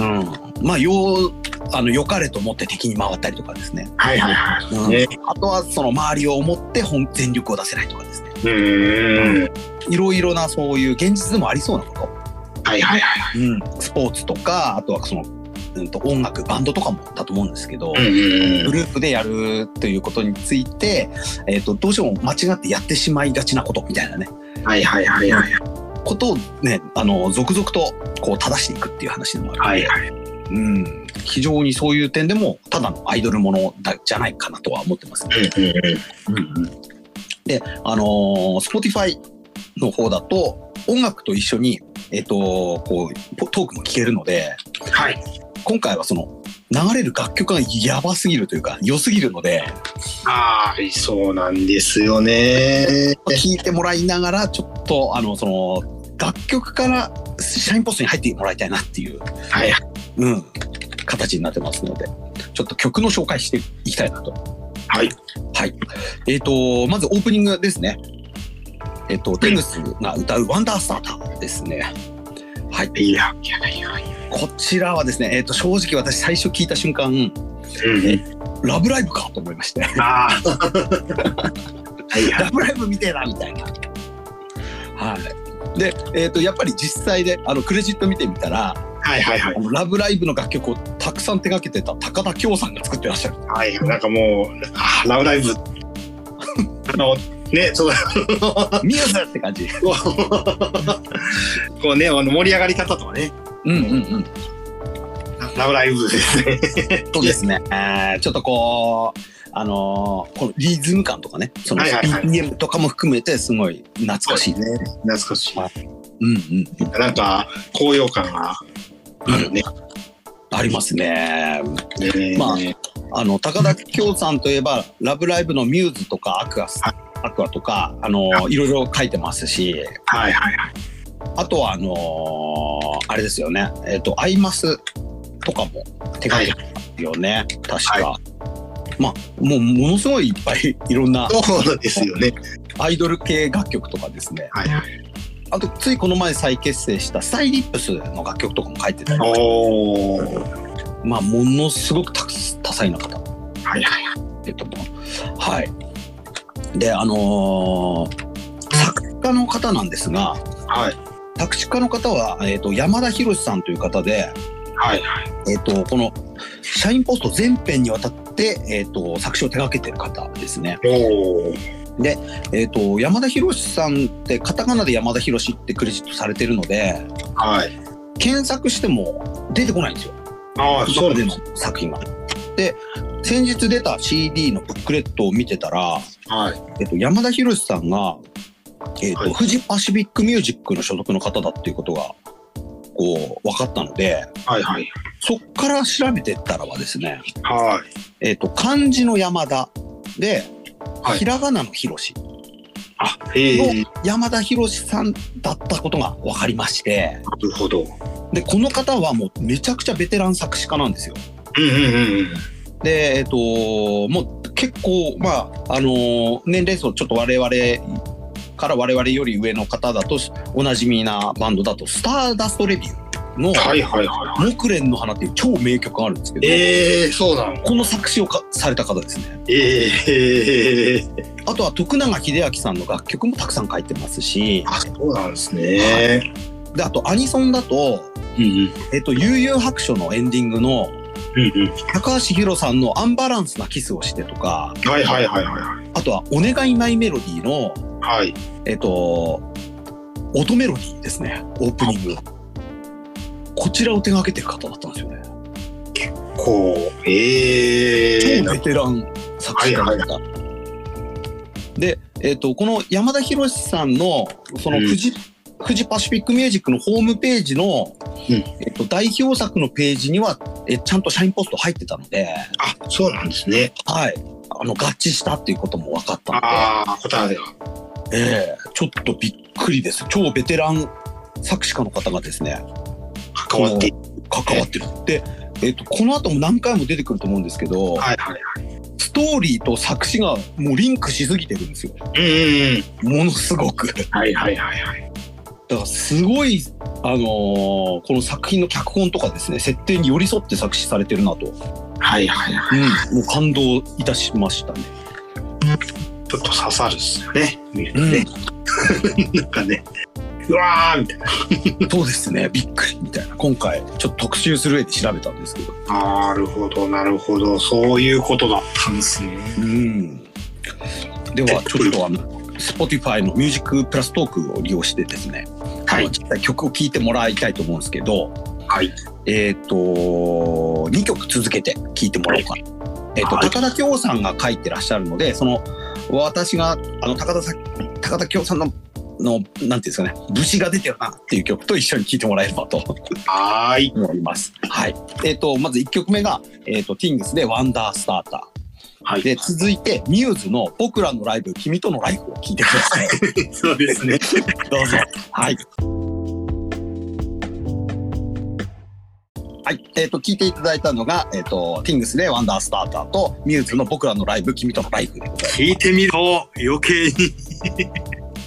Speaker 2: んうんうん。
Speaker 1: うん、まあようあの良かれと思って敵に回ったりとかですね。
Speaker 2: はいはいはい。
Speaker 1: うん
Speaker 2: ね
Speaker 1: あとはその周りを思って本全力を出せないとかですね。
Speaker 2: うんうんうん。
Speaker 1: いろいろなそういう現実でもありそうなこと。
Speaker 2: はいはいはい。
Speaker 1: うん、スポーツとかあとはその、うん、と音楽バンドとかもだと思うんですけど、
Speaker 2: うんうんう
Speaker 1: グ
Speaker 2: ん。
Speaker 1: ループでやるということについて、えー、とどうしても間違ってやってしまいがちなことみたいなね
Speaker 2: はいはいはいはい。
Speaker 1: ことをねあの続々とこう正していくっていう話でもあるので、
Speaker 2: はいはい。
Speaker 1: うん、非常にそういう点でもただのアイドルものだじゃないかなとは思ってますね。
Speaker 2: うんうんうん。
Speaker 1: うんうん、であのー Spotify の方だと音楽と一緒に、えっとこうポトークも聴けるので。
Speaker 2: はい。
Speaker 1: 今回はその流れる楽曲がやばすぎるというか良すぎるので
Speaker 2: ああ、そうなんですよね。
Speaker 1: 聴いてもらいながらちょっとあのその楽曲から社員ポストに入ってもらいたいなっていう、
Speaker 2: はいは
Speaker 1: うん、形になってますので、ちょっと曲の紹介していきたいなと。
Speaker 2: はい。
Speaker 1: はい。えっ、と、まずオープニングですね。えっ、と、テグスが歌うワンダースターターですね。はい。
Speaker 2: い。いや、いや、いや、いや。
Speaker 1: こちらはですね、えっ、と、正直私最初聞いた瞬間、
Speaker 2: うん。
Speaker 1: ラブライブかと思いまして。
Speaker 2: ああ。はいは
Speaker 1: ラブライブみてえなみたいな。はい。で、えっ、と、やっぱり実際で、あの、クレジット見てみたら、
Speaker 2: い。はいはいはい
Speaker 1: あ。のラブライブの楽曲をたくさん手掛けてた高田京さんが作ってらっしゃる。
Speaker 2: はい、なんかもう、あラブライブ。 あの、ね、その、
Speaker 1: ミューズって感じ。
Speaker 2: こうこうね、あの盛り上がり方とかね、
Speaker 1: うんうんうん。
Speaker 2: ララブライブですね。
Speaker 1: そうですね。えーちょっとこう、あのーこのリズム感とかね、その
Speaker 2: はいはいはい
Speaker 1: BPM とかも含めて、すごい懐かしいね。
Speaker 2: 懐かしい。
Speaker 1: うんうんうん。
Speaker 2: なんか、高揚感があるね。
Speaker 1: ありますね。
Speaker 2: ね
Speaker 1: まああの高田京さんといえば「ラブライブ!」のミューズとかアクアスアクアとかあのいろいろ書いてますし
Speaker 2: はいはいはい。
Speaker 1: あとはあのあれですよねえっ、と「アイマス」とかも手がけてますよね、確か、まあもうものすごいいっぱい いろんな
Speaker 2: そうですよね。
Speaker 1: アイドル系楽曲とかですね
Speaker 2: はいはい。
Speaker 1: あとついこの前再結成したスタイリップスの楽曲とかも書いてたり
Speaker 2: おー。
Speaker 1: まあものすごくたくさん多彩な方
Speaker 2: はいはい。
Speaker 1: えっと、はい。で、あのー作家の方なんですが、
Speaker 2: はい
Speaker 1: 作詞家の方は、えっと、山田博さんという方で、
Speaker 2: はいはい。
Speaker 1: えっと、この、社員ポスト全編にわたって、えっと、作詞を手掛けてる方ですね。
Speaker 2: おー。
Speaker 1: えっと、山田博さんって、カタカナで山田博ってクレジットされてるので、
Speaker 2: はい。
Speaker 1: 検索しても出てこないんですよ。
Speaker 2: ああ、そう
Speaker 1: で
Speaker 2: で
Speaker 1: の
Speaker 2: す。
Speaker 1: 作品が。で、先日出た CD のブックレットを見てたら、
Speaker 2: はい。
Speaker 1: えっと、山田博さんが、えっと
Speaker 2: はい
Speaker 1: フジパシフィックミュージックの所属の方だっていうことがこう分かったので
Speaker 2: はいはい。
Speaker 1: そっから調べてったらはですね、
Speaker 2: は
Speaker 1: えっと漢字の山田で、
Speaker 2: はい
Speaker 1: ひらがなの広し
Speaker 2: い。あ、ええー。
Speaker 1: 山田博さんだったことが分かりまして
Speaker 2: なるほど。うん
Speaker 1: でこの方はもうめちゃくちゃベテラン作詞家なんですよ。
Speaker 2: うんうんうん。
Speaker 1: で、えっと、もう結構、まあ、あの年齢層ちょっと我々から我々より上の方だとしおなじみなバンドだと、スターダストレビューの
Speaker 2: はいはいはいはい。
Speaker 1: 木蓮の花っていう超名曲があるんですけど、
Speaker 2: ええー、そうなの
Speaker 1: この作詞をかされた方ですね。
Speaker 2: ええ
Speaker 1: あとは徳永英明さんの楽曲もたくさん書いてますし、
Speaker 2: あ、そうなんですね。
Speaker 1: で、あとアニソンだと、
Speaker 2: うんうん。
Speaker 1: えっと、悠々白書のエンディングの
Speaker 2: うんうん。
Speaker 1: 高橋宏さんのアンバランスなキスをしてとか、
Speaker 2: はいはいはいはいはい。
Speaker 1: あとはお願いマイメロディの
Speaker 2: はい。
Speaker 1: えっと、音メロディーですね、オープニング。こちらを手掛けてる方だったんですよね。
Speaker 2: こう、ええ
Speaker 1: 超ベテラン作詞家の方。で、えっと、この山田博さんの、その
Speaker 2: うん
Speaker 1: 富士、富士パシフィックミュージックのホームページの、
Speaker 2: うん
Speaker 1: えっと、代表作のページにはえちゃんと社員ポスト入ってたので、
Speaker 2: あ、そうなんですね。
Speaker 1: はい、あの合致したっていうことも分かったので、
Speaker 2: ああ、答えが。
Speaker 1: ええちょっとびっくりです。超ベテラン作詞家の方がですね、
Speaker 2: 関わってい
Speaker 1: 関わってる。で、えっとこの後も何回も出てくると思うんですけど、
Speaker 2: はいはい
Speaker 1: ストーリーと作詞がもうリンクしすぎてるんですよ。
Speaker 2: はい。うんうん
Speaker 1: ものすごく。だ
Speaker 2: うん。はいはいはいはい。
Speaker 1: からすごい、あのーこの作品の脚本とかですね、設定に寄り添って作詞されてるなと、
Speaker 2: はいはいは
Speaker 1: もう感動いたしましたね。
Speaker 2: い。ちょっと刺さるっすよね。見ると
Speaker 1: うん
Speaker 2: ね。なんかね。うわーみたいな。
Speaker 1: そうですね、びっくりみたいな。今回、ちょっと特集する上で調べたんですけど。
Speaker 2: なるほど、なるほど。そういうことだったんですね。
Speaker 1: うん。では、ちょっとあの、Spotify のミュージックプラストークを利用してですね、
Speaker 2: はい。
Speaker 1: 実際曲を聴いてもらいたいと思うんですけど、
Speaker 2: はい。
Speaker 1: えっ、と、2曲続けて聴いてもらおうかな。えっ、と、
Speaker 2: はい
Speaker 1: 高田京さんが書いてらっしゃるので、その、私が、あの、高田さん、高田京さんの、の、なんていうんですかね、武士が出てるなっていう曲と一緒に聴いてもらえればと
Speaker 2: はーい。
Speaker 1: 思います。はい。えっ、と、まず1曲目が、えっ、と、ティングスでワンダースタータ
Speaker 2: は
Speaker 1: ー。で、
Speaker 2: い。
Speaker 1: 続いて、ミューズの僕らのライブ、君とのライフを聴いてください。
Speaker 2: そうですね。
Speaker 1: どうぞ。はい。
Speaker 2: はい。
Speaker 1: はい。えっ、と、聞いていただいたのが、えっ、と、ティングスでワンダースターターと、ミューズの僕らのライブ、君とのライブでございます。
Speaker 2: 聞いてみると余計に。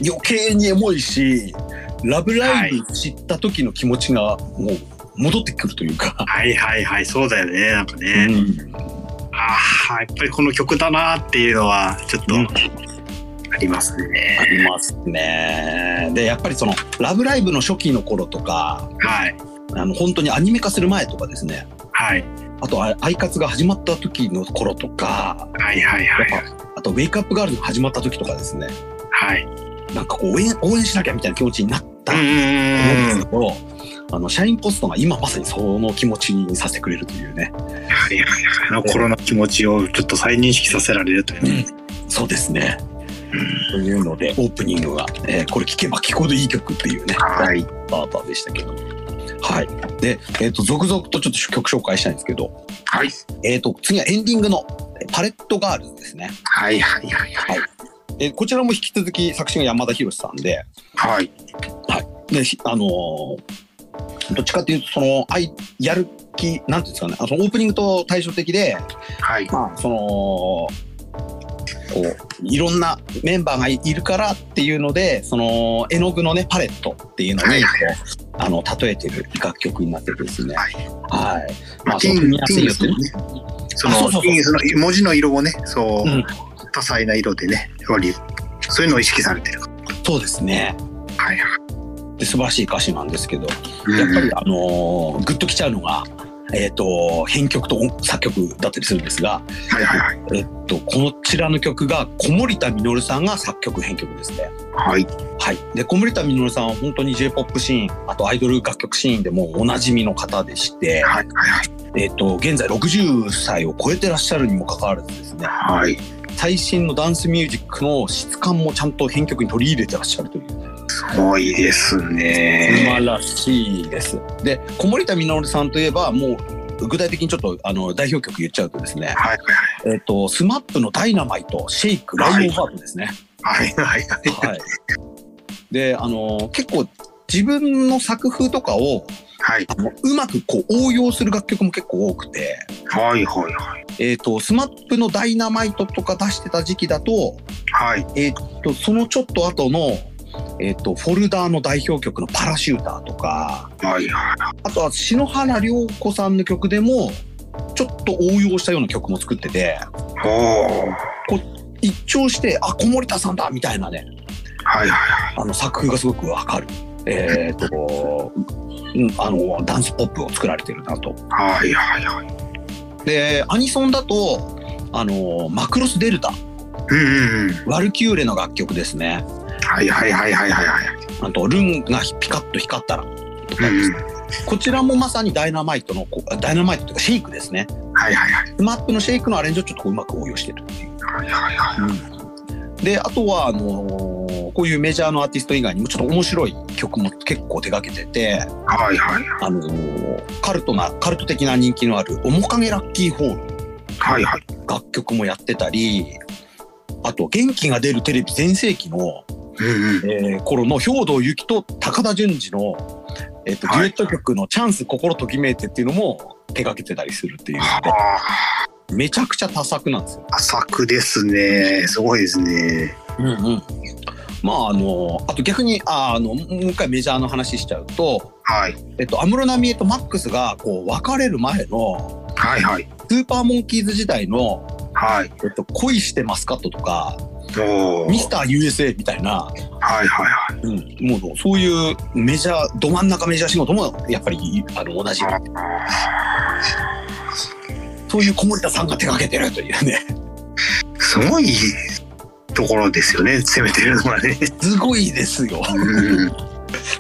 Speaker 1: 余計にエモいし、ラブライブ知った時の気持ちが、もう、戻ってくるというか。
Speaker 2: はいはいはい、そうだよね。なんかね。
Speaker 1: うん
Speaker 2: ああ、やっぱりこの曲だなっていうのは、ちょっと、
Speaker 1: うん
Speaker 2: ありますね。
Speaker 1: ありますね。で、やっぱりその、ラブライブの初期の頃とか、
Speaker 2: はい。
Speaker 1: あの、本当にアニメ化する前とかですね。
Speaker 2: はい。
Speaker 1: あと、あアイカツが始まった時の頃とか、
Speaker 2: はいはいはい。
Speaker 1: やっぱあと、ウェイクアップガールズが始まった時とかですね。
Speaker 2: はい。
Speaker 1: なんかこう応援、応援しなきゃみたいな気持ちになった
Speaker 2: う
Speaker 1: と思うんです
Speaker 2: ん。
Speaker 1: けど、あの、社員ポストが今まさにその気持ちにさせてくれるというね。
Speaker 2: はいはいはい。あの頃の気持ちをちょっと再認識させられるというね。
Speaker 1: そうですね。
Speaker 2: うん
Speaker 1: というので、オープニングが、えーこれ聴けば聴くほどいい曲っていうね、
Speaker 2: はい
Speaker 1: スターターでしたけど。はい。で、えっ、と、続々とちょっと曲紹介したいんですけど、
Speaker 2: はい。
Speaker 1: えっ、と、次はエンディングのえーパレットガールズですね。
Speaker 2: はいはいはいはい。
Speaker 1: えーこちらも引き続き作詞が山田博さんで、
Speaker 2: はい。
Speaker 1: で、ひあのーどっちかっていうと、その、あいやる気、なんていうんですかね、あそのオープニングと対照的で、
Speaker 2: はい。
Speaker 1: まあ、その、こう、いろんなメンバーがいいるからっていうので、その、絵の具のね、パレットっていうのに、
Speaker 2: はいはい
Speaker 1: こうあの、例えてる楽曲になってるんですね。
Speaker 2: はい
Speaker 1: はい。
Speaker 2: まあ、ティ
Speaker 1: その
Speaker 2: ン
Speaker 1: 組み
Speaker 2: グ
Speaker 1: 合わ
Speaker 2: テ
Speaker 1: せ
Speaker 2: ィン
Speaker 1: に
Speaker 2: グ
Speaker 1: よっ
Speaker 2: ス
Speaker 1: てね
Speaker 2: のね、そ
Speaker 1: あそう
Speaker 2: の
Speaker 1: そうそう
Speaker 2: ティングスの文字の色をね、そう、
Speaker 1: うん
Speaker 2: 多彩な色でね、やはりそういうのを意識されてる。
Speaker 1: そうですね。
Speaker 2: はいはい。
Speaker 1: で素晴らしい歌詞なんですけど、や
Speaker 2: や
Speaker 1: っぱり、あのーグッときちゃうのが、えっ、と、編曲と音作曲だったりするんですが、
Speaker 2: はいはいはい。
Speaker 1: えっ、と、こちらの曲が、小森田実さんが作曲編曲ですね。
Speaker 2: はい。
Speaker 1: はい、で小森田実さんは本当に j p o p シーンあとアイドル楽曲シーンでもおなじみの方でして、
Speaker 2: はいはい
Speaker 1: えっと現在60歳を超えてらっしゃるにもかかわらずですね
Speaker 2: はい。はい。
Speaker 1: 最新のダンスミュージックの質感もちゃんと編曲に取り入れてらっしゃるという
Speaker 2: すごいです
Speaker 1: 素
Speaker 2: ね。
Speaker 1: 晴らしいです。で小森田実さんといえばもう具体的にちょっとあの代表曲言っちゃうとですね、
Speaker 2: はい
Speaker 1: えっと SMAP の「ダイナマイト」「シェイク」「ライオンハート」ですね。
Speaker 2: はいはいはい。
Speaker 1: はい、であの結構自分の作風とかを
Speaker 2: はい
Speaker 1: あのうまくこう応用する楽曲も結構多くて、
Speaker 2: はいはいはい。
Speaker 1: えー、と SMAP の「ダイナマイト」とか出してた時期だと,、
Speaker 2: はい。
Speaker 1: えー、とそのちょっと後の、えー、とフォルダーの代表曲の「パラシューター」とか
Speaker 2: はいはい。
Speaker 1: あとは篠原涼子さんの曲でもちょっと応用したような曲も作ってて
Speaker 2: おお。
Speaker 1: 一聴して「あ小森田さんだ!」みたいなね
Speaker 2: はいはいは
Speaker 1: あの作風がすごくわかる。えー、とうんあのダンスポップを作られてるなと
Speaker 2: い。はいはいはい。
Speaker 1: でアニソンだとあのマクロスデルタ
Speaker 2: うんうんうん。
Speaker 1: ワルキューレの楽曲ですね
Speaker 2: はいはいはいはいはいはい。
Speaker 1: あとルンがピカッと光ったらとか
Speaker 2: う
Speaker 1: です
Speaker 2: ん
Speaker 1: ねこちらもまさにダイナマイトのこうダイナマイトというかシェイクですね
Speaker 2: うん。はいはいはい。
Speaker 1: スマップのシェイクのアレンジをちょっとこううまく応用してる
Speaker 2: はいはいはい。
Speaker 1: であとはあのーこういうメジャーのアーティスト以外にもちょっと面白い曲も結構手がけてて、
Speaker 2: はいはい。
Speaker 1: あのーカルトなカルト的な人気のある「面影ラッキーホール」
Speaker 2: はいはい。
Speaker 1: 楽曲もやってたりあと「元気が出るテレビ全盛期」の
Speaker 2: うんうん。
Speaker 1: えー頃の兵藤由紀と高田純次の、えっとデ
Speaker 2: はい
Speaker 1: ュエット曲の「チャンス心ときめいて」っていうのも手掛けてたりするっていうので
Speaker 2: はあ。
Speaker 1: めちゃくちゃ多作なんですよ。
Speaker 2: 浅くですね。すごいですね。
Speaker 1: まああのあと逆にああのもう一回メジャーの話しちゃうと
Speaker 2: はい。
Speaker 1: えっと安室奈美恵とマックスがこう別れる前の
Speaker 2: はいはい。
Speaker 1: スーパーモンキーズ時代の
Speaker 2: はい。
Speaker 1: 「えっと、恋してマスカット」とか「
Speaker 2: おー
Speaker 1: ミスター USA」みたいな、
Speaker 2: はいはいはい。
Speaker 1: うん、もうそういうメジャーど真ん中メジャー仕事もやっぱりあの同じようにそういう小森田さんが手掛けてるというね、
Speaker 2: すごいところですよね。攻めてるのはね。
Speaker 1: すごいですよ。
Speaker 2: うん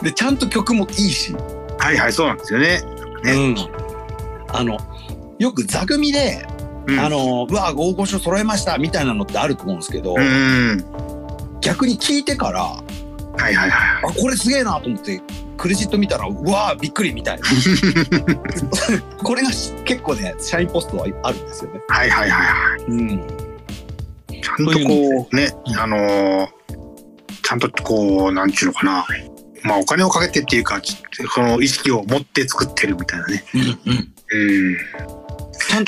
Speaker 1: で、ちゃんと曲もいいし、
Speaker 2: はいはい、そうなんですよね。
Speaker 1: うん。あの、よく座組で、
Speaker 2: うん
Speaker 1: あの、うわ、大御所揃えましたみたいなのってあると思うんですけど、
Speaker 2: うん。
Speaker 1: 逆に聞いてから、あ、
Speaker 2: はいはいはい。
Speaker 1: これすげえなと思って、クレジット見たら、うわ、びっくりみ たいな。これがし結構ね、社員ポストはあるんですよね。
Speaker 2: はいはいはいは
Speaker 1: うん。
Speaker 2: い。ちゃんとこう、ね、あのーちゃんとこう、なんちゅうのかな。まあお金をかけてっていうか、ちその意識を持って作ってるみたいなね。
Speaker 1: うんうん。
Speaker 2: うん。
Speaker 1: ちゃん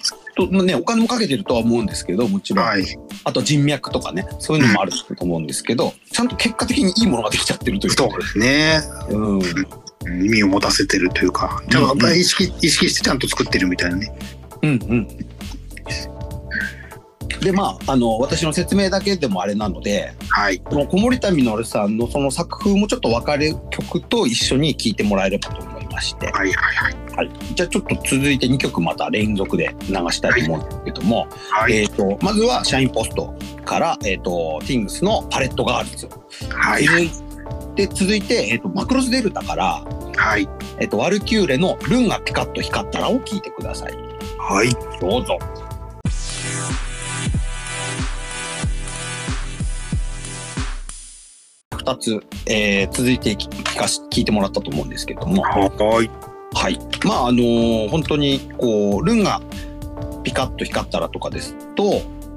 Speaker 1: とね、お金もかけてるとは思うんですけど、もちろん。
Speaker 2: はい。
Speaker 1: あと人脈とかね、そういうのもあると思うんですけど、ちゃんと結果的にいいものができちゃってるというか。
Speaker 2: そうですね。
Speaker 1: うん。
Speaker 2: うん意味を持たせてるというか、ちゃんと
Speaker 1: うんうん
Speaker 2: 意識意識してちゃんと作ってるみたいなね。
Speaker 1: うんうん。でまあ、あの私の説明だけでもあれなので
Speaker 2: はい。
Speaker 1: この小森田実さんのその作風もちょっと分かる曲と一緒に聴いてもらえればと思いまして、
Speaker 2: はいはいはい。
Speaker 1: はい、じゃあちょっと続いて2曲また連続で流したいと思うんですけども、
Speaker 2: はい。
Speaker 1: えー、とまずは「シャインポスト」から、えー、と Things の「パレットガールズ」
Speaker 2: はい。
Speaker 1: 続いで続いて、えーと「マクロスデルタ」から、
Speaker 2: はい。
Speaker 1: えーと「ワルキューレ」の「ルンがピカッと光ったら」を聴いてください。
Speaker 2: はい。
Speaker 1: どうぞ2つ、えー続いて聞かし聞いてもらったと思うんですけども、
Speaker 2: はい。
Speaker 1: はい、まああのー本当にこうルンがピカッと光ったらとかですと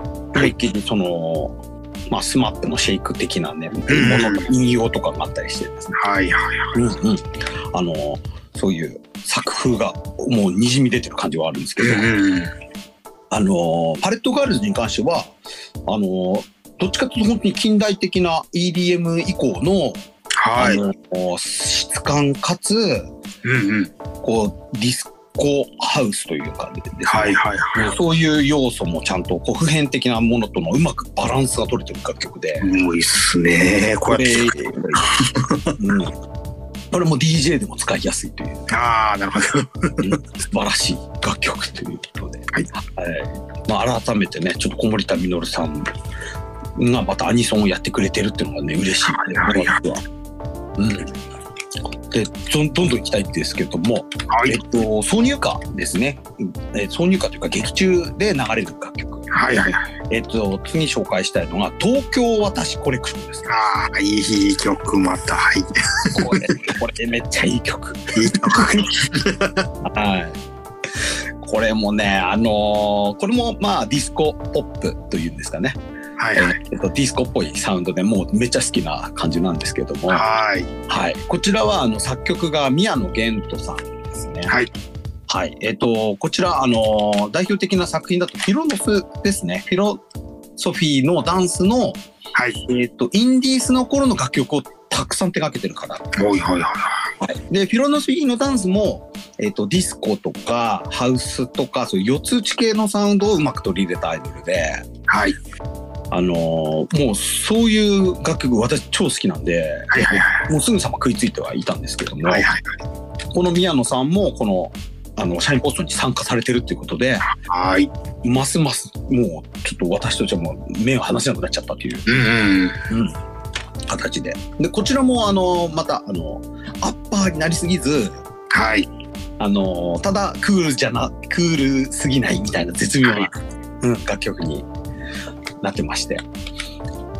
Speaker 1: 思いっきりその、まあ、スマップのシェイク的なねものの引用とかがあったりしてですね、
Speaker 2: はい。はい。
Speaker 1: うんうんあのーそういう作風がもうにじみ出てる感じはあるんですけど、
Speaker 2: うん。
Speaker 1: あのーパレットガールズに関してはあのーどっちかというと本当に近代的な EDM 以降の,、
Speaker 2: は
Speaker 1: あ
Speaker 2: い。
Speaker 1: のー質感かつ
Speaker 2: うんうん。
Speaker 1: こうディスコハウスという感じですね、
Speaker 2: はいはいは
Speaker 1: そういう要素もちゃんとこう普遍的なものとのうまくバランスが取れてる楽曲で
Speaker 2: い。。もういいっすね。こ
Speaker 1: こ
Speaker 2: う
Speaker 1: れ、
Speaker 2: やって。
Speaker 1: うん、これも DJ でも使いやすいという
Speaker 2: ああ、なるほど。
Speaker 1: 素晴らしい楽曲ということで、
Speaker 2: はい
Speaker 1: まあ、改めてねちょっと小森田実さんがまたアニソンをやってくれてるっていうのがね嬉しい
Speaker 2: はいはいはい
Speaker 1: 私はうん、でどんどんどんいきたいんですけども、
Speaker 2: は
Speaker 1: え
Speaker 2: い
Speaker 1: っ。と、挿入歌ですね、うんえー挿入歌というか劇中で流れる楽曲、
Speaker 2: はいはいはい。
Speaker 1: えっと、次紹介したいのが「東京私コレクション」ですね
Speaker 2: ああ、いい曲また。はい。
Speaker 1: こ れこれめっちゃいい曲
Speaker 2: いい曲。
Speaker 1: はい。これもね、あのーこれもまあディスコポップというんですかね、
Speaker 2: はいはい。
Speaker 1: えっと、ディスコっぽいサウンドでもうめっちゃ好きな感じなんですけども、は
Speaker 2: はい。
Speaker 1: い、こちらはあの作曲が宮野源斗さんですね。
Speaker 2: はい。
Speaker 1: はい、えっとこちらあのー代表的な作品だとフィロソフですね。フィロソフィーのダンスの
Speaker 2: はい。
Speaker 1: えっとインディースの頃の楽曲をたくさん手掛けてる方
Speaker 2: はいはいは
Speaker 1: でフィロノスイーのダンスも、えっとディスコとかハウスとかそういう四つ打ち系のサウンドをうまく取り入れたアイドルで、
Speaker 2: い。はい。
Speaker 1: あのーもうそういう楽曲私超好きなんで
Speaker 2: はいはいは
Speaker 1: もうすぐさま食いついてはいたんですけど
Speaker 2: い。
Speaker 1: も、
Speaker 2: はいはい。
Speaker 1: この宮野さんもこのあの社員ポストに参加されてるっていうことで
Speaker 2: はい。
Speaker 1: ますますもうちょっと私としてはもう目が離せなくなっちゃったという
Speaker 2: うんうん。
Speaker 1: 形ででこちらもあのまたあのアッパーになりすぎず
Speaker 2: はい。
Speaker 1: あのただクールじゃなクールすぎないみたいな絶妙な、
Speaker 2: はい
Speaker 1: うん、楽曲になってまして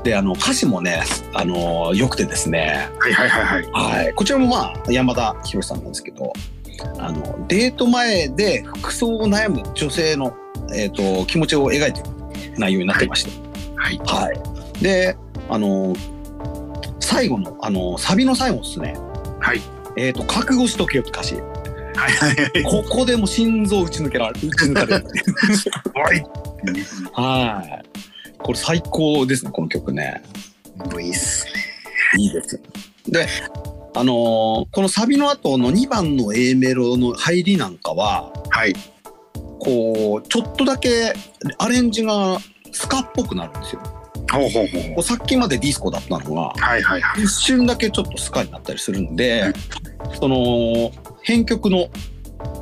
Speaker 1: であの歌詞もねあのよくてですね、
Speaker 2: はいはいはいはい。
Speaker 1: はい、こちらもまあ山田博さんなんですけどあのデート前で服装を悩む女性の、えー、と気持ちを描いてる内容になってまして、
Speaker 2: はい。
Speaker 1: はい、であの最後のあのサビの最後ですね、
Speaker 2: はい
Speaker 1: えー、と覚悟しとけよって歌詞
Speaker 2: はいはい
Speaker 1: ここでも心臓打ち抜けられ、打ち抜かれ る。
Speaker 2: はい。
Speaker 1: はい。これ最高ですね、この曲ね。
Speaker 2: もういいっすね。
Speaker 1: いいです。で、あのーこのサビの後の2番の A メロの入りなんかは、
Speaker 2: はい。
Speaker 1: こう、ちょっとだけアレンジがスカっぽくなるんですよ。
Speaker 2: ほうほうほう
Speaker 1: こ
Speaker 2: ほ
Speaker 1: うさっきまでディスコだったのが
Speaker 2: う。、はいはいはい。
Speaker 1: 一瞬だけちょっとスカになったりするんで、
Speaker 2: うん
Speaker 1: その、編曲の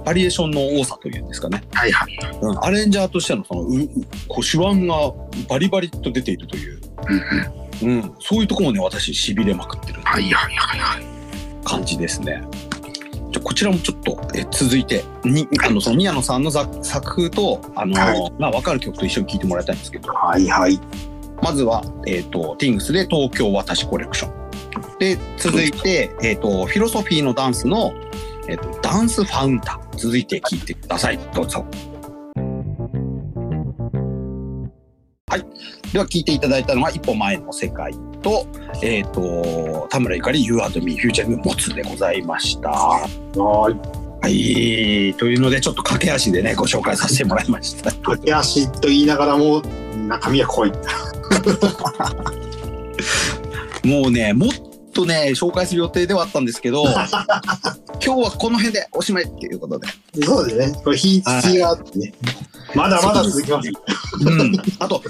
Speaker 1: バリエーションの多さというんですかね。
Speaker 2: はいはい。
Speaker 1: うんアレンジャーとしてのそのううこう手腕がバリバリと出ているという、
Speaker 2: うんうん。
Speaker 1: うん、そういうところもね私しびれまくってる
Speaker 2: はいはいはいはい。
Speaker 1: 感じですね。じゃこちらもちょっとえ続いてにあのその宮野さんの作作風とあの、
Speaker 2: は
Speaker 1: まあ、分かる曲と一緒に聴いてもらいたいんですけど
Speaker 2: はいはい。
Speaker 1: まずは、えーと「Things」で「東京私コレクション」で続いて、えーと「フィロソフィーのダンスの」えーとダンスファウンター」続いて聴いてくださいどうぞ。はい、では聴いていただいたのは「一歩前の世界と」えーと田村ゆかり「You and Me」「フューチャリング持つ」でございました。は
Speaker 2: はい。
Speaker 1: い、はい。というので、ちょっと駆け足でね、ご紹介させてもらいました。
Speaker 2: 駆け足と言いながらも中身は濃い。
Speaker 1: もうね、もっとね、紹介する予定ではあったんですけ ど、今日はこの辺でおしまいっていうことで。
Speaker 2: そうですね。これ火、
Speaker 1: はい
Speaker 2: 土があってね。まだまだ続きます。
Speaker 1: うん。あと、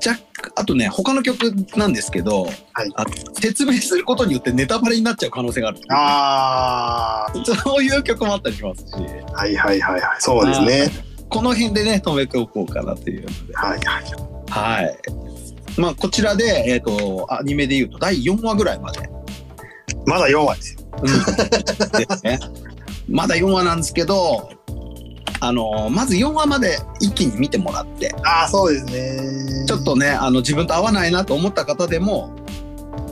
Speaker 1: じゃ、あとね、他の曲なんですけど、
Speaker 2: はい
Speaker 1: あ説明することによってネタバレになっちゃう可能性がある。
Speaker 2: ああ、
Speaker 1: そういう曲もあったりしますし、
Speaker 2: はいはいはいはい。そうですね。
Speaker 1: この辺でね、止めておこうかなというので。
Speaker 2: はいは
Speaker 1: は
Speaker 2: い。
Speaker 1: い。まあ、こちらで、えっ、と、アニメで言うと第4話ぐらいまで。
Speaker 2: まだ4話ですよ。
Speaker 1: ですね。まだ4話なんですけど、あのまず4話まで一気に見てもらって、
Speaker 2: ああ、そうですね。
Speaker 1: ちょっとね、あの自分と合わないなと思った方でも、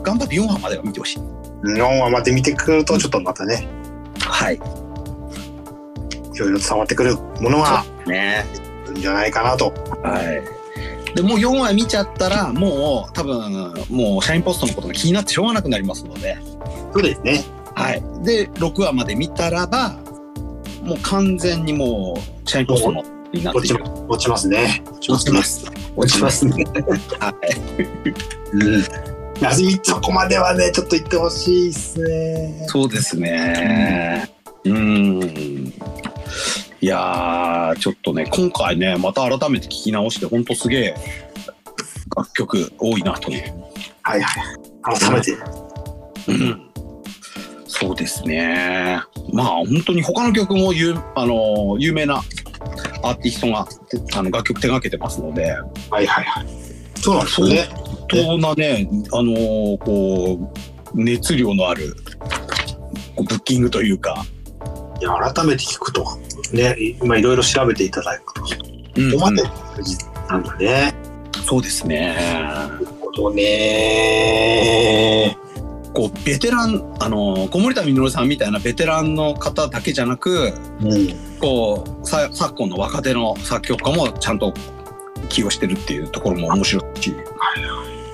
Speaker 1: 頑張って4話までは見てほしい。
Speaker 2: 4話まで見てくると、ちょっとまたね、
Speaker 1: はい。
Speaker 2: いろいろ伝わってくるものが
Speaker 1: ね。
Speaker 2: あるんじゃないかなと。
Speaker 1: はい。でもう4話見ちゃったら、もう多分、もう社員ポストのことが気になってしょうがなくなりますので、
Speaker 2: そうですね。
Speaker 1: はい。で、6話まで見たらば、もう完全にもう、社員ポストのになって
Speaker 2: 落
Speaker 1: い
Speaker 2: ち
Speaker 1: る
Speaker 2: 落ちますね。
Speaker 1: 落ちます。
Speaker 2: 落ち ますね。
Speaker 1: はい。
Speaker 2: うん。なじみ、そこまではね、ちょっと言ってほしいですね。
Speaker 1: そうですね。うん。いやー、ちょっとね、今回ね、また改めて聞き直して、ほんとすげえ楽曲多いなという。
Speaker 2: はいはい。改めて。
Speaker 1: うん。そうですね。まあ、本当に他の曲も有あの有名なアーティストがあの楽曲手掛けてますので、
Speaker 2: はいはいはい。そうなんですよね。
Speaker 1: 相当なね、あのこう、熱量のあるこうブッキングというか、
Speaker 2: いや、改めて聞くと、ね、今いろいろ調べていただくと、こ
Speaker 1: うん
Speaker 2: こまでなんだね。
Speaker 1: そうですね。
Speaker 2: なるほどね。
Speaker 1: こうベテランあの小森田実さんみたいなベテランの方だけじゃなく
Speaker 2: うん。
Speaker 1: こうさ昨今の若手の作曲家もちゃんと起用してるっていうところも面白いし、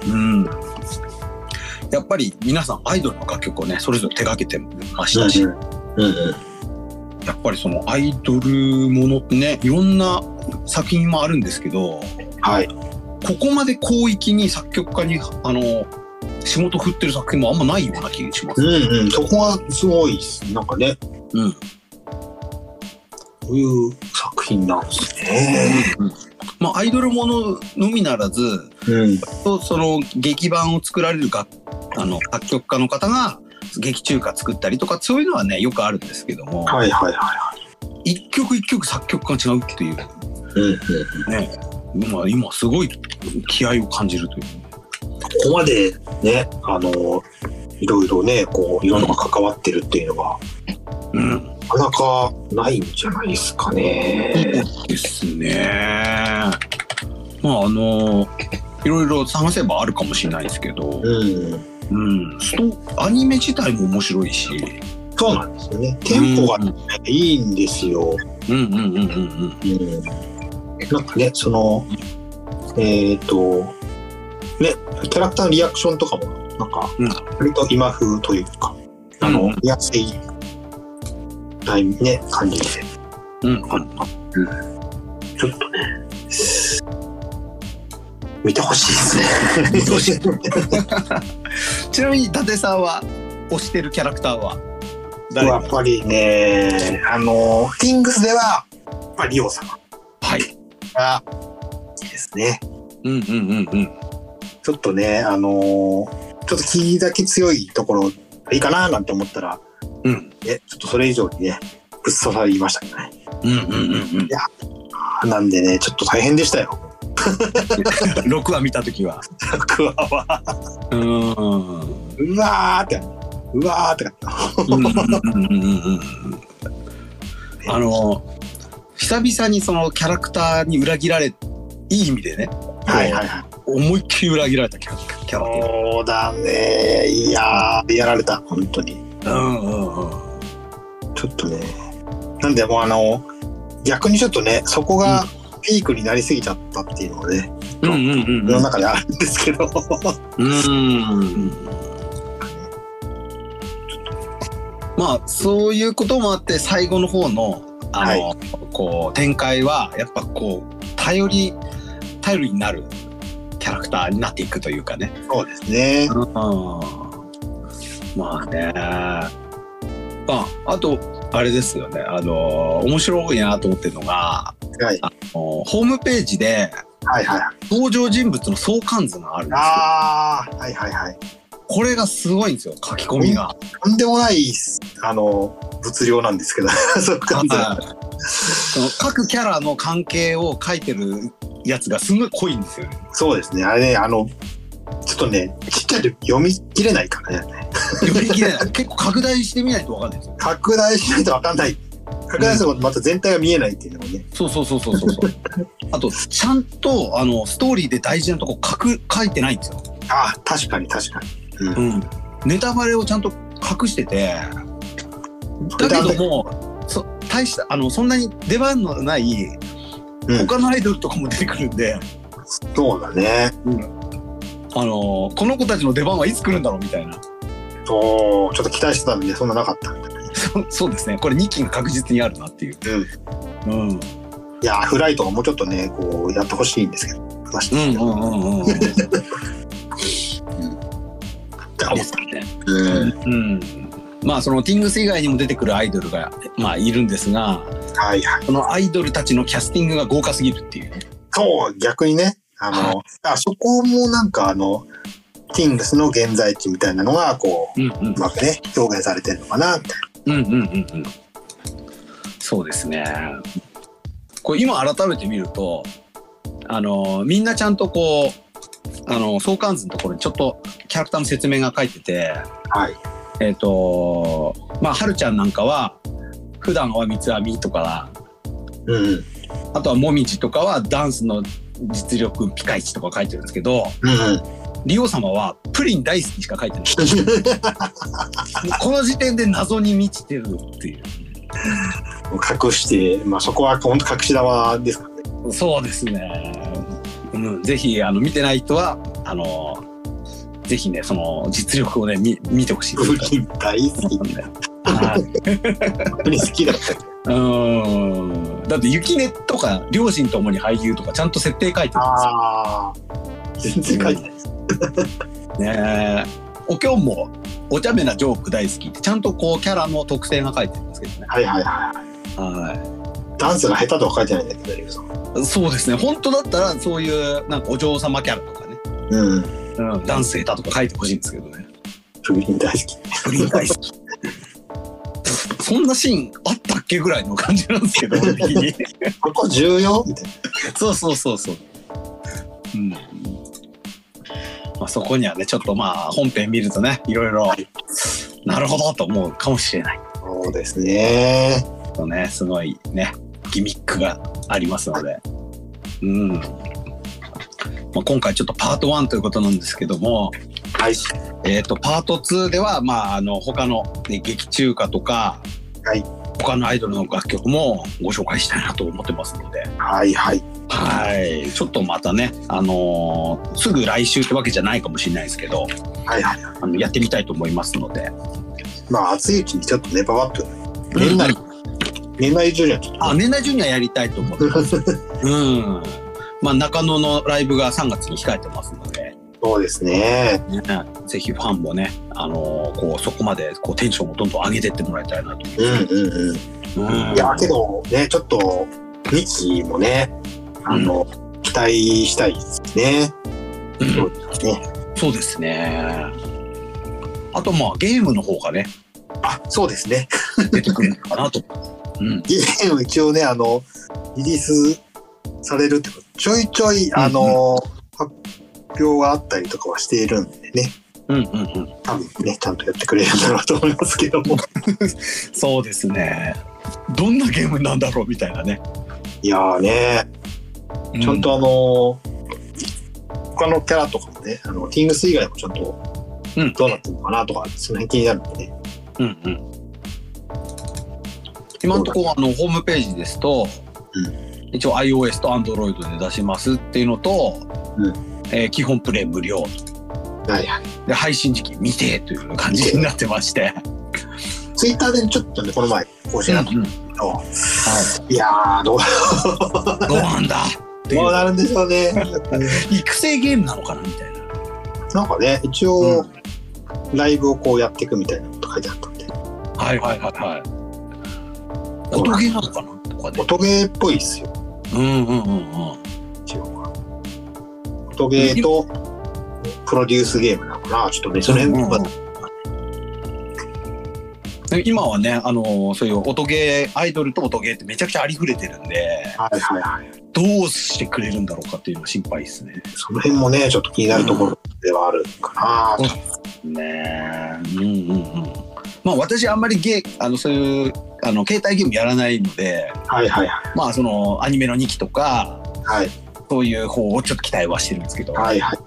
Speaker 1: うん、やっぱり皆さんアイドルの楽曲をねそれぞれ手掛けてましたし、
Speaker 2: うんうん。
Speaker 1: やっぱりそのアイドルものってねいろんな作品もあるんですけど
Speaker 2: はい。
Speaker 1: ここまで広域に作曲家にあの仕事振ってる作品もあんまないような気がします。
Speaker 2: うんうん。そこはすごいです。なんかね。
Speaker 1: うん
Speaker 2: こういう作品なんですね。
Speaker 1: まあ、アイドルもののみならず
Speaker 2: うん。
Speaker 1: とその劇版を作られる楽あの作曲家の方が劇中歌作ったりとかそういうのはねよくあるんですけども、
Speaker 2: はいはいはい。
Speaker 1: 一曲一曲作曲が違うっていう、
Speaker 2: うんうん。
Speaker 1: まあ、今すごい気合を感じるという。
Speaker 2: ここまでね、あの、いろいろね、こう、いろんなのが関わってるっていうのは、
Speaker 1: うん、
Speaker 2: なかなかないんじゃないですかね。
Speaker 1: ですね。まああのいろいろ探せばあるかもしれないですけど、
Speaker 2: うん。
Speaker 1: うん、ストアニメ自体も面白いし、
Speaker 2: そうなんですよね。テンポがね、いいんですよ。
Speaker 1: うんうんうんうんうん
Speaker 2: うん。なんかね、その、えっ、と、ね、キャラクターのリアクションとかも、なんか、
Speaker 1: うん
Speaker 2: 割と今風というか、あの、
Speaker 1: うん
Speaker 2: 見やすい、タイムね、感じで、
Speaker 1: うん
Speaker 2: あの、ちょっとね、見てほしいですね。見てほしい。
Speaker 1: ちなみに伊達さんは推してるキャラクターは誰
Speaker 2: やっぱりね、あの、ティングスでは、やっぱりリオ様
Speaker 1: はい。
Speaker 2: が、いいですね。
Speaker 1: うんうんうんうん。
Speaker 2: ちょっとね、あのーちょっと気だけ強いところいいかななんて思ったら、
Speaker 1: うん
Speaker 2: ね、ちょっとそれ以上にね、ぶっ刺さりましたけどね。
Speaker 1: うんうんうん
Speaker 2: なんでね、ちょっと大変でしたよ、
Speaker 1: うん。六話見たときは。
Speaker 2: クワは。
Speaker 1: うん。うん
Speaker 2: うわーって、うわーって感
Speaker 1: うんうんうんうん。あの久々にそのキャラクターに裏切られいい意味でね。
Speaker 2: じ。はいはいはい。
Speaker 1: 思いっきり裏切られたキャラキャラ
Speaker 2: そうだね。いやー、やられた、本当に。
Speaker 1: で。うんうんうん。
Speaker 2: ちょっとね。なんで、もうあの、逆にちょっとね、そこがピークになりすぎちゃったっていうのがね、
Speaker 1: うんうんうん
Speaker 2: 世
Speaker 1: う
Speaker 2: の
Speaker 1: ん。
Speaker 2: 中であるんですけど。
Speaker 1: うん。まあそういうこともあって最後の方のあの、こう展開はやっぱこう頼り頼りになるキャラクターになっていくというかね。
Speaker 2: そうですね。
Speaker 1: うん、まあねああとあれですよねあの面白いなと思ってるのが
Speaker 2: はい。
Speaker 1: あのホームページで
Speaker 2: はいはい。
Speaker 1: 登場人物の相関図があるんですよ。
Speaker 2: ああ、はいはいはい。
Speaker 1: これがすごいんですよ書き込みが。
Speaker 2: とんでもない、あの、物量なんですけど、 そう感じ。
Speaker 1: はい その各キャラの関係を書いてるやつがすごい濃いんですよね。
Speaker 2: そうですね。あれね、あの、ちょっとね、ちっちゃいと読み切れないからね。
Speaker 1: 読み切れない 結構拡大してみないとわかんないですよ。
Speaker 2: 拡大しないとわかんない。拡大するとまた全体が見えないっていうのもね。
Speaker 1: そうそうそうそうそうそう。 あとちゃんとあのストーリーで大事なとこ書く書いてないんですよ。
Speaker 2: ああ、確かに確かに。うん
Speaker 1: うん。ネタバレをちゃんと隠してて、だけどもそ大したあのそんなに出番のない
Speaker 2: うん
Speaker 1: 他のアイドルとかも出てくるんで、
Speaker 2: そうだね。
Speaker 1: あのこの子たちの出番はいつ来るんだろうみたいな。
Speaker 2: おーちょっと期待してたんで、そんななかったみたいな。
Speaker 1: そうそうですね。これ2期が確実にあるなっていう。うん。うん。
Speaker 2: いやー、フライトがもうちょっとね、こう、やってほしいんですけど。話
Speaker 1: う
Speaker 2: して
Speaker 1: ん
Speaker 2: て
Speaker 1: うんうんうん。
Speaker 2: 思った。うん。
Speaker 1: うん。まあそのティングス以外にも出てくるアイドルがまあいるんですが、
Speaker 2: はいはい。
Speaker 1: そのアイドルたちのキャスティングが豪華すぎるっていうね。
Speaker 2: そう、逆にね。あの、
Speaker 1: はい
Speaker 2: あそこもなんかあの、キングスの現在地みたいなのが、こ
Speaker 1: うんうん
Speaker 2: う、うまくね、表現されてるのかな、みたい
Speaker 1: うんうんうんうん。そうですね。これ今改めて見ると、あのみんなちゃんとこうあの相関図のところにちょっとキャラクターの説明が書いてて、
Speaker 2: な。はい。
Speaker 1: えっ、とまあはるちゃんなんかは普段は三つ編みとか
Speaker 2: うんうん。
Speaker 1: あとはもみじとかはダンスの実力ピカイチとか書いてるんですけど
Speaker 2: うんうん。
Speaker 1: リオ様はプリン大好きしか書いてないこの時点で謎に満ちてるっていう
Speaker 2: 隠して、まあそこは本当隠し玉ですからね。
Speaker 1: そうですね、うん、ぜひあの見てない人はあのぜひねその実力をね見見てほしい
Speaker 2: プ リン大好き。
Speaker 1: はい
Speaker 2: プリン好きだった。
Speaker 1: うーんだって雪音とか両親ともに俳優とかちゃんと設定書いてるんですよ
Speaker 2: ああ。全然書いてないです。
Speaker 1: ねえおきょんもお茶目なジョーク大好きってちゃんとこうキャラの特性が書いてるんですけどね
Speaker 2: はいはいはい。
Speaker 1: は
Speaker 2: ダンスが下手とは書いてないんだけど、エリコさん。
Speaker 1: いそうですね本当だったらそういうなんかお嬢様キャラとかね、
Speaker 2: うん。
Speaker 1: うん、ダンス下手とか書いてほしいんですけどね
Speaker 2: プリン大好き。
Speaker 1: プリン大好き。 そんなシーンあったっけぐらいの感じなんです けど、俺的に
Speaker 2: ここ重要みたいな。
Speaker 1: そうそうそうそう。うん。まあ、そこにはね、ちょっとまあ、本編見るとね、いろいろ、なるほどと思うかもしれない。
Speaker 2: そうですね。
Speaker 1: とね、すごいね、ギミックがありますので。うん。まあ、今回ちょっとパート1ということなんですけども、
Speaker 2: はい。
Speaker 1: えー、とパート2では、まあ、あの他の、ね、劇中歌とか、
Speaker 2: はい
Speaker 1: 他のアイドルの楽曲もご紹介したいなと思ってますので、
Speaker 2: はいはい。
Speaker 1: はいちょっとまたね、あのーすぐ来週ってわけじゃないかもしれないですけど
Speaker 2: はいはい。
Speaker 1: あのやってみたいと思いますので
Speaker 2: まあ、暑いうちにちょっとね、パワッとね。年内、年内中にはちょっと。
Speaker 1: あ年内ジュニアやりたいと思ってます うんまあ中野のライブが3月に控えてますので、
Speaker 2: そうですね。
Speaker 1: ね、ぜひファンもね、あのーこうそこまでこうテンションをどんどん上げてってもらいたいなと
Speaker 2: うんうんうん。
Speaker 1: 思います。
Speaker 2: いや、けど、ね、ちょっと、ミキもね、あの、期待したいですね。
Speaker 1: うん
Speaker 2: そうですね。
Speaker 1: そうですね。あとまあゲームの方がね
Speaker 2: あ、そうですね。
Speaker 1: 出てくるのか なと。うん、
Speaker 2: ゲーム一応ね、あの、リリースされるってこと、ちょいちょい、あの、発表があったりとかはしているんでね、
Speaker 1: うんうんうん。
Speaker 2: 多分ね、ちゃんとやってくれるんだろうと思いますけども。
Speaker 1: そうですね。どんなゲームなんだろうみたいなね。
Speaker 2: いやーね、ちゃんとあのー他のキャラとかもね、あの、ティングス以外もちゃんと
Speaker 1: うん
Speaker 2: どうなってるのかなとか、その辺気になるんでね。
Speaker 1: うん、うんうん今のところあのホームページですと、
Speaker 2: う
Speaker 1: 一応 iOS と Android で出しますっていうのと、
Speaker 2: うん
Speaker 1: えー基本プレイ無料
Speaker 2: はいはい。
Speaker 1: で配信時期未定という感じになってまして
Speaker 2: ツイッターでちょっとね、この前、更新なった
Speaker 1: うん
Speaker 2: けど、いやー、どう
Speaker 1: どうなんだってい
Speaker 2: どう
Speaker 1: う
Speaker 2: なるんで しょうね。
Speaker 1: 育成ゲームなのかなみたいな
Speaker 2: なんかね、一応、ライブをこうやっていくみたいなこと書いてあったんで、
Speaker 1: はいはいはいはい音ゲーなのかなとかで
Speaker 2: 音ゲーっぽいっすよ、
Speaker 1: うんうんうんうん
Speaker 2: 一応は。音ゲーと、プロデュースゲームなのかな、ちょっとね、その辺は、
Speaker 1: で今はね、あのーそういう音ゲーアイドルと音ゲーってめちゃくちゃありふれてるんで
Speaker 2: はいはいはい。
Speaker 1: どうしてくれるんだろうかっていうのが心配ですね。
Speaker 2: その辺もね、ちょっと気になるところではあるかな、
Speaker 1: うんねえ、うんうんうん。まあ私あんまりゲーあのそういうあの携帯ゲームやらないので、
Speaker 2: はいはいはい。
Speaker 1: まあそのアニメの2期とか
Speaker 2: はい
Speaker 1: そういう方をちょっと期待はしてるんですけど、
Speaker 2: はいはい。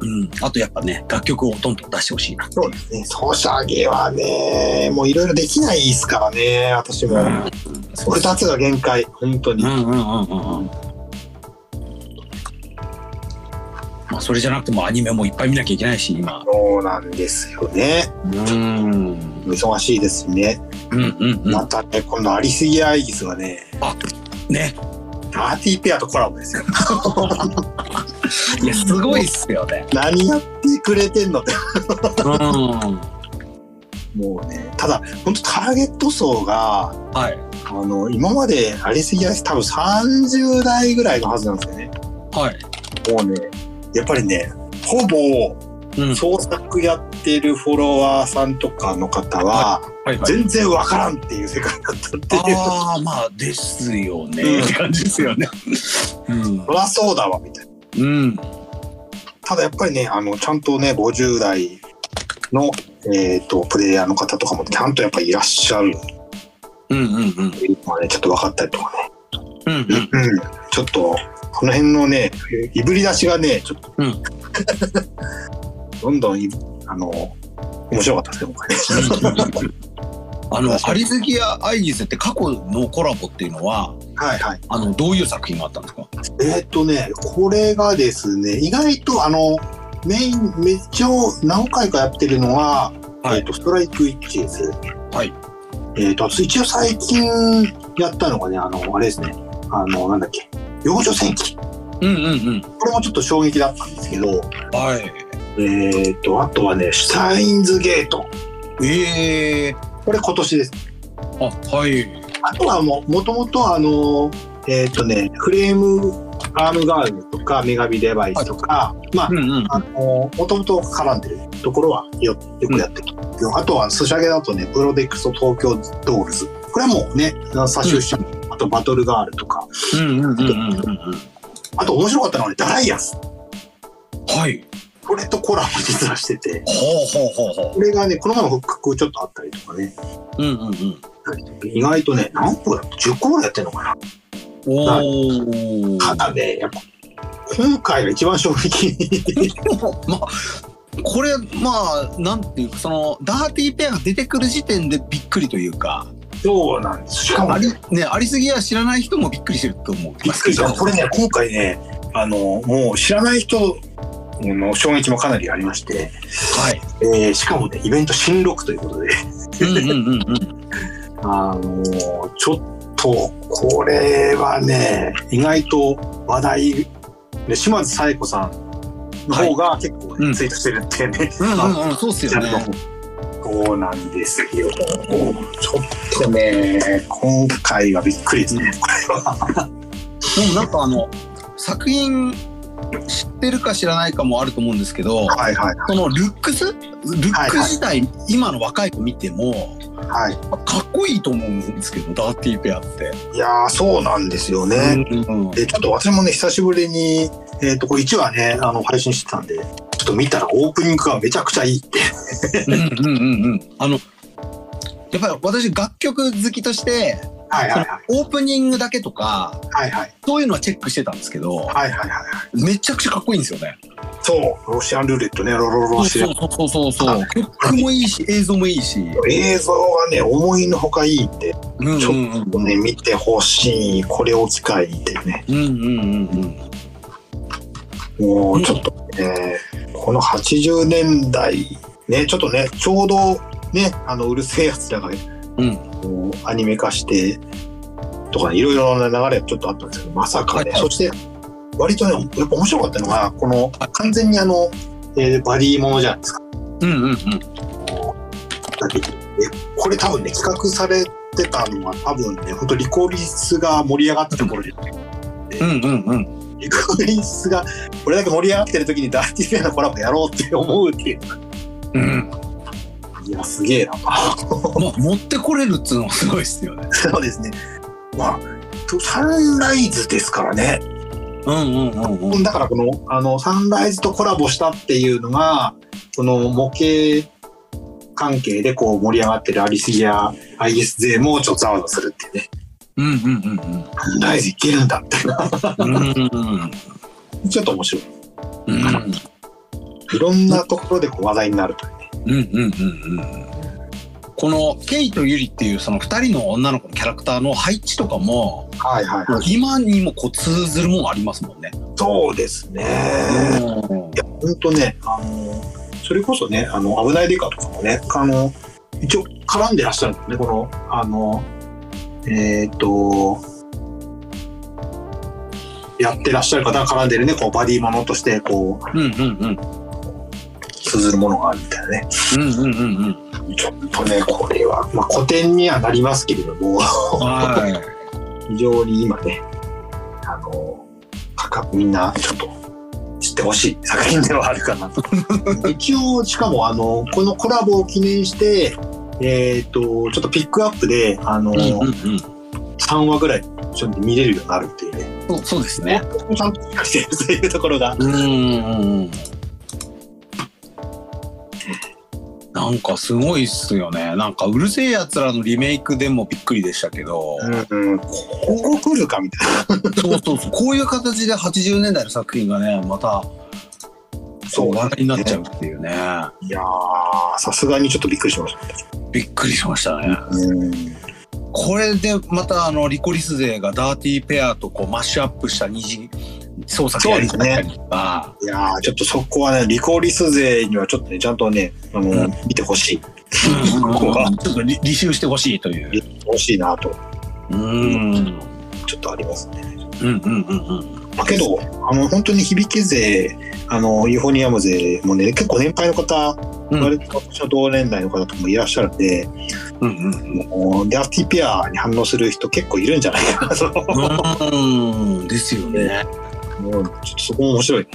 Speaker 1: うん、あとやっぱね楽曲をどんどん出してほしいな。
Speaker 2: そうですね。ソシャゲはね、もういろいろできないですからね、私も。
Speaker 1: うんそう
Speaker 2: 二つが限界、本当に。
Speaker 1: うんうんうんうんうん。まあそれじゃなくてもアニメもいっぱい見なきゃいけないし今。
Speaker 2: そうなんですよね。
Speaker 1: うん。うん
Speaker 2: 忙しいですね。
Speaker 1: うんう
Speaker 2: ま
Speaker 1: ん。
Speaker 2: たね、今度アリスギアイギスがね、
Speaker 1: ね。
Speaker 2: ダーティーペアとコラボですよ。
Speaker 1: いや、すごいっすよね。
Speaker 2: 何やってくれてんのって。
Speaker 1: うん。は
Speaker 2: もうね、ただ、本当ターゲット層が、
Speaker 1: い。
Speaker 2: あの、今までアリスギアイギス多分30代ぐらいのはずなんですよね。
Speaker 1: はい。
Speaker 2: もうね、やっぱりね、ほぼ
Speaker 1: うん。
Speaker 2: 創作やってるフォロワーさんとかの方は、
Speaker 1: はいはい。
Speaker 2: 全然わからんっていう世界だったっていう。
Speaker 1: ああまあですよね、
Speaker 2: うん
Speaker 1: って感じですよね。うん
Speaker 2: そりゃそうだわ、みたいな。
Speaker 1: うん
Speaker 2: ただやっぱりね、あの、ちゃんとね、50代の、えっ、と、プレイヤーの方とかも、ちゃんとやっぱいらっしゃるっ
Speaker 1: うんうんうん
Speaker 2: ていうのがね、ちょっと分かったりとかね。
Speaker 1: うんうん
Speaker 2: うん。ちょっと、この辺のね、いぶり出しがね、ちょっと、
Speaker 1: うん
Speaker 2: どんどんい、あの、面白かったですね、今回ね。
Speaker 1: あのアリスギア・アイギスって過去のコラボっていうのは
Speaker 2: はいはい。
Speaker 1: あのどういう作品があったんですか
Speaker 2: えーっとね、これがですね、意外とあの、メイン、めっちゃ何回かやってるのは、
Speaker 1: はい
Speaker 2: えーっと、ストライクイッチです。
Speaker 1: はい。
Speaker 2: えーっと、一応最近やったのがね、あの、あれですね、あの、なんだっけ、幼女戦記。こ
Speaker 1: うんうんうん
Speaker 2: れもちょっと衝撃だったんですけど、
Speaker 1: はい
Speaker 2: えーっと、あとはね、シュタインズゲート。
Speaker 1: ええ
Speaker 2: これ今年です。
Speaker 1: あはい
Speaker 2: あとはもう、もともとあの、えーっとね、フレームアームガールとか、女神デバイスとか、まあ、
Speaker 1: うんうん
Speaker 2: あのもともと絡んでるところはよよくやってきて、あとはソシャゲだとねプロデックスと東京ドールズこれはもうね差し押し、あとバトルガールとか
Speaker 1: うんうんうんうんうん
Speaker 2: あと面白かったのはねダライアンス
Speaker 1: はい
Speaker 2: これとコラボ実はしてて
Speaker 1: ほうほうほうほ
Speaker 2: これがねこの前も復刻ちょっとあったりとかね
Speaker 1: ううんうんうん
Speaker 2: 意外とね何個だ10個ぐらいやってるのかな
Speaker 1: おお
Speaker 2: ただねやっぱ今回が一番衝撃
Speaker 1: まあこれまあなんていうかそのダーティーペアが出てくる時点でびっくりというか
Speaker 2: そうなんですしかも
Speaker 1: あ
Speaker 2: ね
Speaker 1: りねありすぎや知らない人もびっくりしてると思う
Speaker 2: びっくりしたこれね今回ねあのもう知らない人の衝撃もかなりありまして
Speaker 1: はい
Speaker 2: えーしかもねイベント新録ということで
Speaker 1: うんうんうんうん
Speaker 2: あのーちょっとこれはね意外と話題で島津紗恵子さんの方が結構、ね
Speaker 1: うん
Speaker 2: ツイートしてるってね、
Speaker 1: うんうんうんそうっす
Speaker 2: ちゃ
Speaker 1: よ
Speaker 2: ん
Speaker 1: ね
Speaker 2: とそうなんですよちょっとね今回はびっくりですねこれは
Speaker 1: でもなんかあの作品知ってるか知らないかもあると思うんですけど
Speaker 2: はいはい
Speaker 1: そのルックスルックス自体今の若い子見ても
Speaker 2: はい
Speaker 1: かっこいいと思うんですけどダーティーペアって。
Speaker 2: いやーそうなんですよね、
Speaker 1: うんうん
Speaker 2: でちょっと私もね久しぶりに、えー、とこれ1話ねあの配信してたんでちょっと見たらオープニングがめちゃくちゃいいって
Speaker 1: うんうんうんうんあのやっぱり私楽曲好きとして
Speaker 2: はい
Speaker 1: そ
Speaker 2: は
Speaker 1: の
Speaker 2: いは
Speaker 1: オ
Speaker 2: い
Speaker 1: ープニングだけとか
Speaker 2: はいはい
Speaker 1: そういうのはチェックしてたんですけど
Speaker 2: はいはいはいはい。
Speaker 1: めちゃくちゃかっこいいんですよね。
Speaker 2: そう、ロシアンルーレットね、ロロロ
Speaker 1: そう
Speaker 2: ロシア
Speaker 1: そ
Speaker 2: ン。
Speaker 1: うそうそうそう曲もいいし映像もいいし、
Speaker 2: 映像がね、思いのほかいいんで、
Speaker 1: うんうんうんうん
Speaker 2: もうね、見てほしい、これを機会にってね、
Speaker 1: うんうんうん
Speaker 2: もうちょっとね、この80年代、ね、ちょっとね、ちょうどね、あの、うるせえやつらが
Speaker 1: うん。
Speaker 2: こうアニメ化してとかねいろいろな流れがちょっとあったんですけどまさか
Speaker 1: はい
Speaker 2: ね
Speaker 1: はい
Speaker 2: そして割とねやっぱ面白かったのがこの完全にあの、えーバディものじゃないですか
Speaker 1: うんうんうん。
Speaker 2: だけどねこれ多分ね企画されてたのは多分ね本当リコリスが盛り上がったところで
Speaker 1: うんうんうん。
Speaker 2: リコリスがこれだけ盛り上がってる時にダーティーフェアのコラボやろうって思うっていう
Speaker 1: うん、
Speaker 2: いやすげえな
Speaker 1: まあ持ってこれるっつうのもすごいっすよね。
Speaker 2: そうですねまあサンライズですからね
Speaker 1: うんうんうんうん。
Speaker 2: だからこのあのサンライズとコラボしたっていうのがこの模型関係でこう盛り上がってるアリスや IS 勢もちょっとざわざわするっていうね
Speaker 1: うんうんうん
Speaker 2: サンライズいけるんだって
Speaker 1: うん。うんうん
Speaker 2: ちょっと面白い
Speaker 1: うん。
Speaker 2: いろんなところでこう話題になるというね
Speaker 1: うんうんうんうん。このケイとユリっていうその二人の女の子のキャラクターの配置とかも
Speaker 2: はいはいはい
Speaker 1: 今にもこう通ずるもんありますもんね。
Speaker 2: そうですね
Speaker 1: うん
Speaker 2: いやほんとねあのそれこそねあの危ないデカとかもねあの一応絡んでらっしゃるんですねこのあのえっ、とやってらっしゃる方が絡んでるねこうバディものとしてこう
Speaker 1: うんうんうん
Speaker 2: 通ずるものがあるみたいなね
Speaker 1: うんうんうんうん。
Speaker 2: ちょっとねこれは、まあ、古典にはなりますけれども
Speaker 1: はい。
Speaker 2: 非常に今ねあのかかみんなちょっと知ってほしい作品ではあるかな と一応しかもあのこのコラボを記念してえっ、とちょっとピックアップであの、
Speaker 1: うんうんうん。
Speaker 2: 3話ぐらいちょっと見れるようになるっていうね
Speaker 1: そうそうですね。
Speaker 2: ちゃんとしっかりしてるというところが
Speaker 1: うんうんうん。なんかすごいっすよね。なんかうるせえやつらのリメイクでもびっくりでしたけど、
Speaker 2: うんここ来るかみたい
Speaker 1: そうそうそう、こういう形で80年代の作品がね、また、そう、話題になっちゃうっていうね。
Speaker 2: ないやーさすがにちょっとびっくりしました
Speaker 1: びっくりしましたね。
Speaker 2: うん
Speaker 1: これでまたあの、リコリス勢がダーティーペアとこうマッシュアップした二次創作やりたりとか、
Speaker 2: いやーちょっとそこはねリコリス勢にはちょっとねちゃんとねあの、
Speaker 1: うん
Speaker 2: 見てほしい
Speaker 1: うんうんうん
Speaker 2: ここは
Speaker 1: ちょっと履履修してほしいという。
Speaker 2: 欲しいなと
Speaker 1: うん。
Speaker 2: ちょっとありますね。
Speaker 1: うんうんうんうん。
Speaker 2: まあけどあの本当に響け勢あのユーフォニアム勢もね結構年配の方、
Speaker 1: うん
Speaker 2: 割と私の同年代の方とかもいらっしゃるんで、
Speaker 1: うんうん
Speaker 2: もうダーティーペアに反応する人結構いるんじゃないか なと
Speaker 1: うん。うん、ですよね。
Speaker 2: 思うんでちょっとそこも面白いね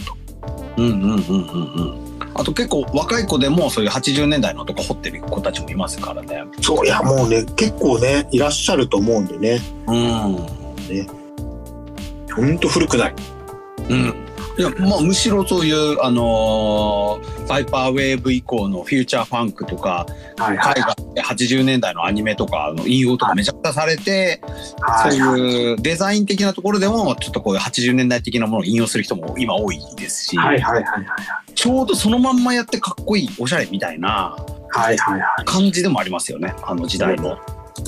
Speaker 1: うんうんうんうんうん。あと結構若い子でもそういう80年代のとか掘ってる子たちもいますからね。
Speaker 2: そういやもうね結構ねいらっしゃると思うんでね
Speaker 1: うん。
Speaker 2: ほんと古くない
Speaker 1: うん。いや、まあむしろそういう、あのーサイパーウェーブ以降のフューチャーファンクとか、
Speaker 2: は
Speaker 1: 海
Speaker 2: い
Speaker 1: 外で80年代のアニメとかの引用とかめちゃくちゃされて、
Speaker 2: はい
Speaker 1: そういうデザイン的なところでも、ちょっとこういう80年代的なものを引用する人も今多いですし、
Speaker 2: はいはいはいはい
Speaker 1: ちょうどそのまんまやってかっこいい、おしゃれみたいな、
Speaker 2: はいはいは
Speaker 1: 感じでもありますよねあの時代の。
Speaker 2: い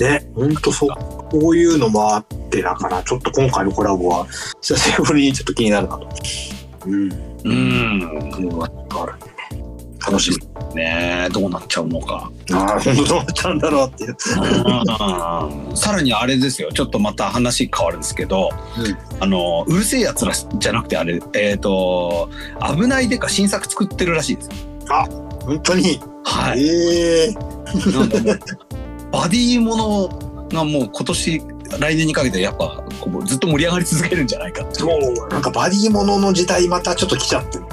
Speaker 2: ねほんとそうこういうのもあってだからちょっと今回のコラボは久しぶりにちょっと気になるなとうん
Speaker 1: うん
Speaker 2: 国はあるんでね楽しみ
Speaker 1: ねえどうなっちゃうのか。
Speaker 2: ああ本当どうなったんだろうっていう
Speaker 1: さらにあれですよちょっとまた話変わるんですけど、あのうるせえやつらじゃなくてあれえっ、と「危ないでか」新作作ってるらしいです。
Speaker 2: 本当に、
Speaker 1: はい、
Speaker 2: ええ
Speaker 1: なんでもうバディものがもう今年来年にかけてやっぱこうずっと盛り上がり続けるんじゃないかって
Speaker 2: もうなんかバディものの時代またちょっと来ちゃってる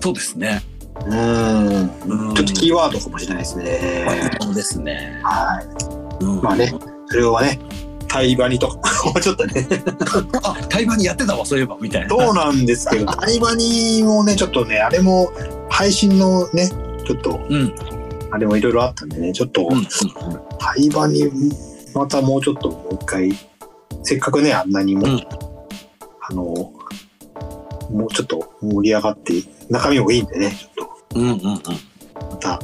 Speaker 1: そうですね。
Speaker 2: うん
Speaker 1: うん
Speaker 2: ちょっとキーワードかもしれないですね、
Speaker 1: そうですね。
Speaker 2: はい
Speaker 1: うん
Speaker 2: まあねそれはねタイバニとかもうちょっとね
Speaker 1: あ対話にやってたわそういえばみたいな。
Speaker 2: そうなんです けどタイバニもねちょっとねあれも配信のねちょっと
Speaker 1: うん
Speaker 2: あれもいろいろあったんでねちょっと、
Speaker 1: う
Speaker 2: 台湾にまたもうちょっともう一回せっかくねあんなにも、
Speaker 1: うん
Speaker 2: あのもうちょっと盛り上がって中身もいいんでねちょっ
Speaker 1: んうんうんうん
Speaker 2: とまた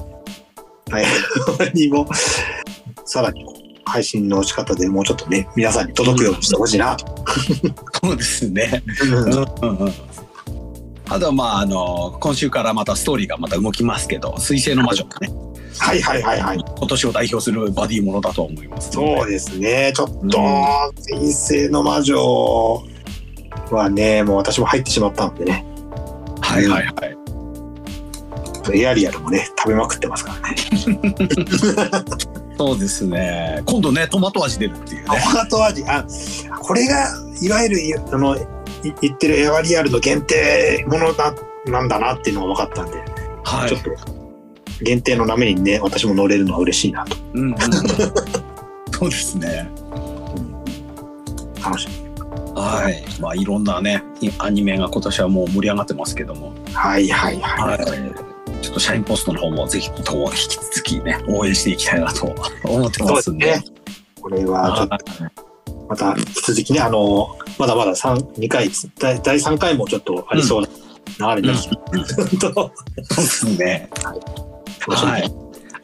Speaker 2: 台湾にもさらにこう配信の仕方でもうちょっとね皆さんに届くようにしてほしいなと、
Speaker 1: そうですね。
Speaker 2: うん
Speaker 1: うんうんあとはまああの今週からまたストーリーがまた動きますけど「水星の魔女」ね
Speaker 2: はいはいはいはい。
Speaker 1: 今年を代表するバディものだと思いますので
Speaker 2: そうですね。ちょっと、陰性の魔女はね、もう私も入ってしまったんでね。
Speaker 1: はいはいはい
Speaker 2: エアリアルもね、食べまくってますからね。
Speaker 1: そうですね今度ねトマト味出るっていうね
Speaker 2: トマト味、あ、これが、いわゆる、いあの、い言ってるエアリアルの限定ものだ、なんだなっていうのが分かったんで、
Speaker 1: はい
Speaker 2: ちょっと、限定の波にね、私も乗れるのは嬉しいなと。
Speaker 1: うんうん、 そうですね
Speaker 2: 楽しみ。
Speaker 1: はいまあいろんなねアニメが今年はもう盛り上がってますけども
Speaker 2: はいはいはい。
Speaker 1: はいちょっと社員ポストの方もぜひとも引き続きね応援していきたいなと思って
Speaker 2: そう
Speaker 1: ま
Speaker 2: ですす
Speaker 1: んで
Speaker 2: ね。これは、ちょっとまた引き続きね、あの、まだまだ三2回、第第3回もちょっとありそうな流れです。と
Speaker 1: そうですねはい、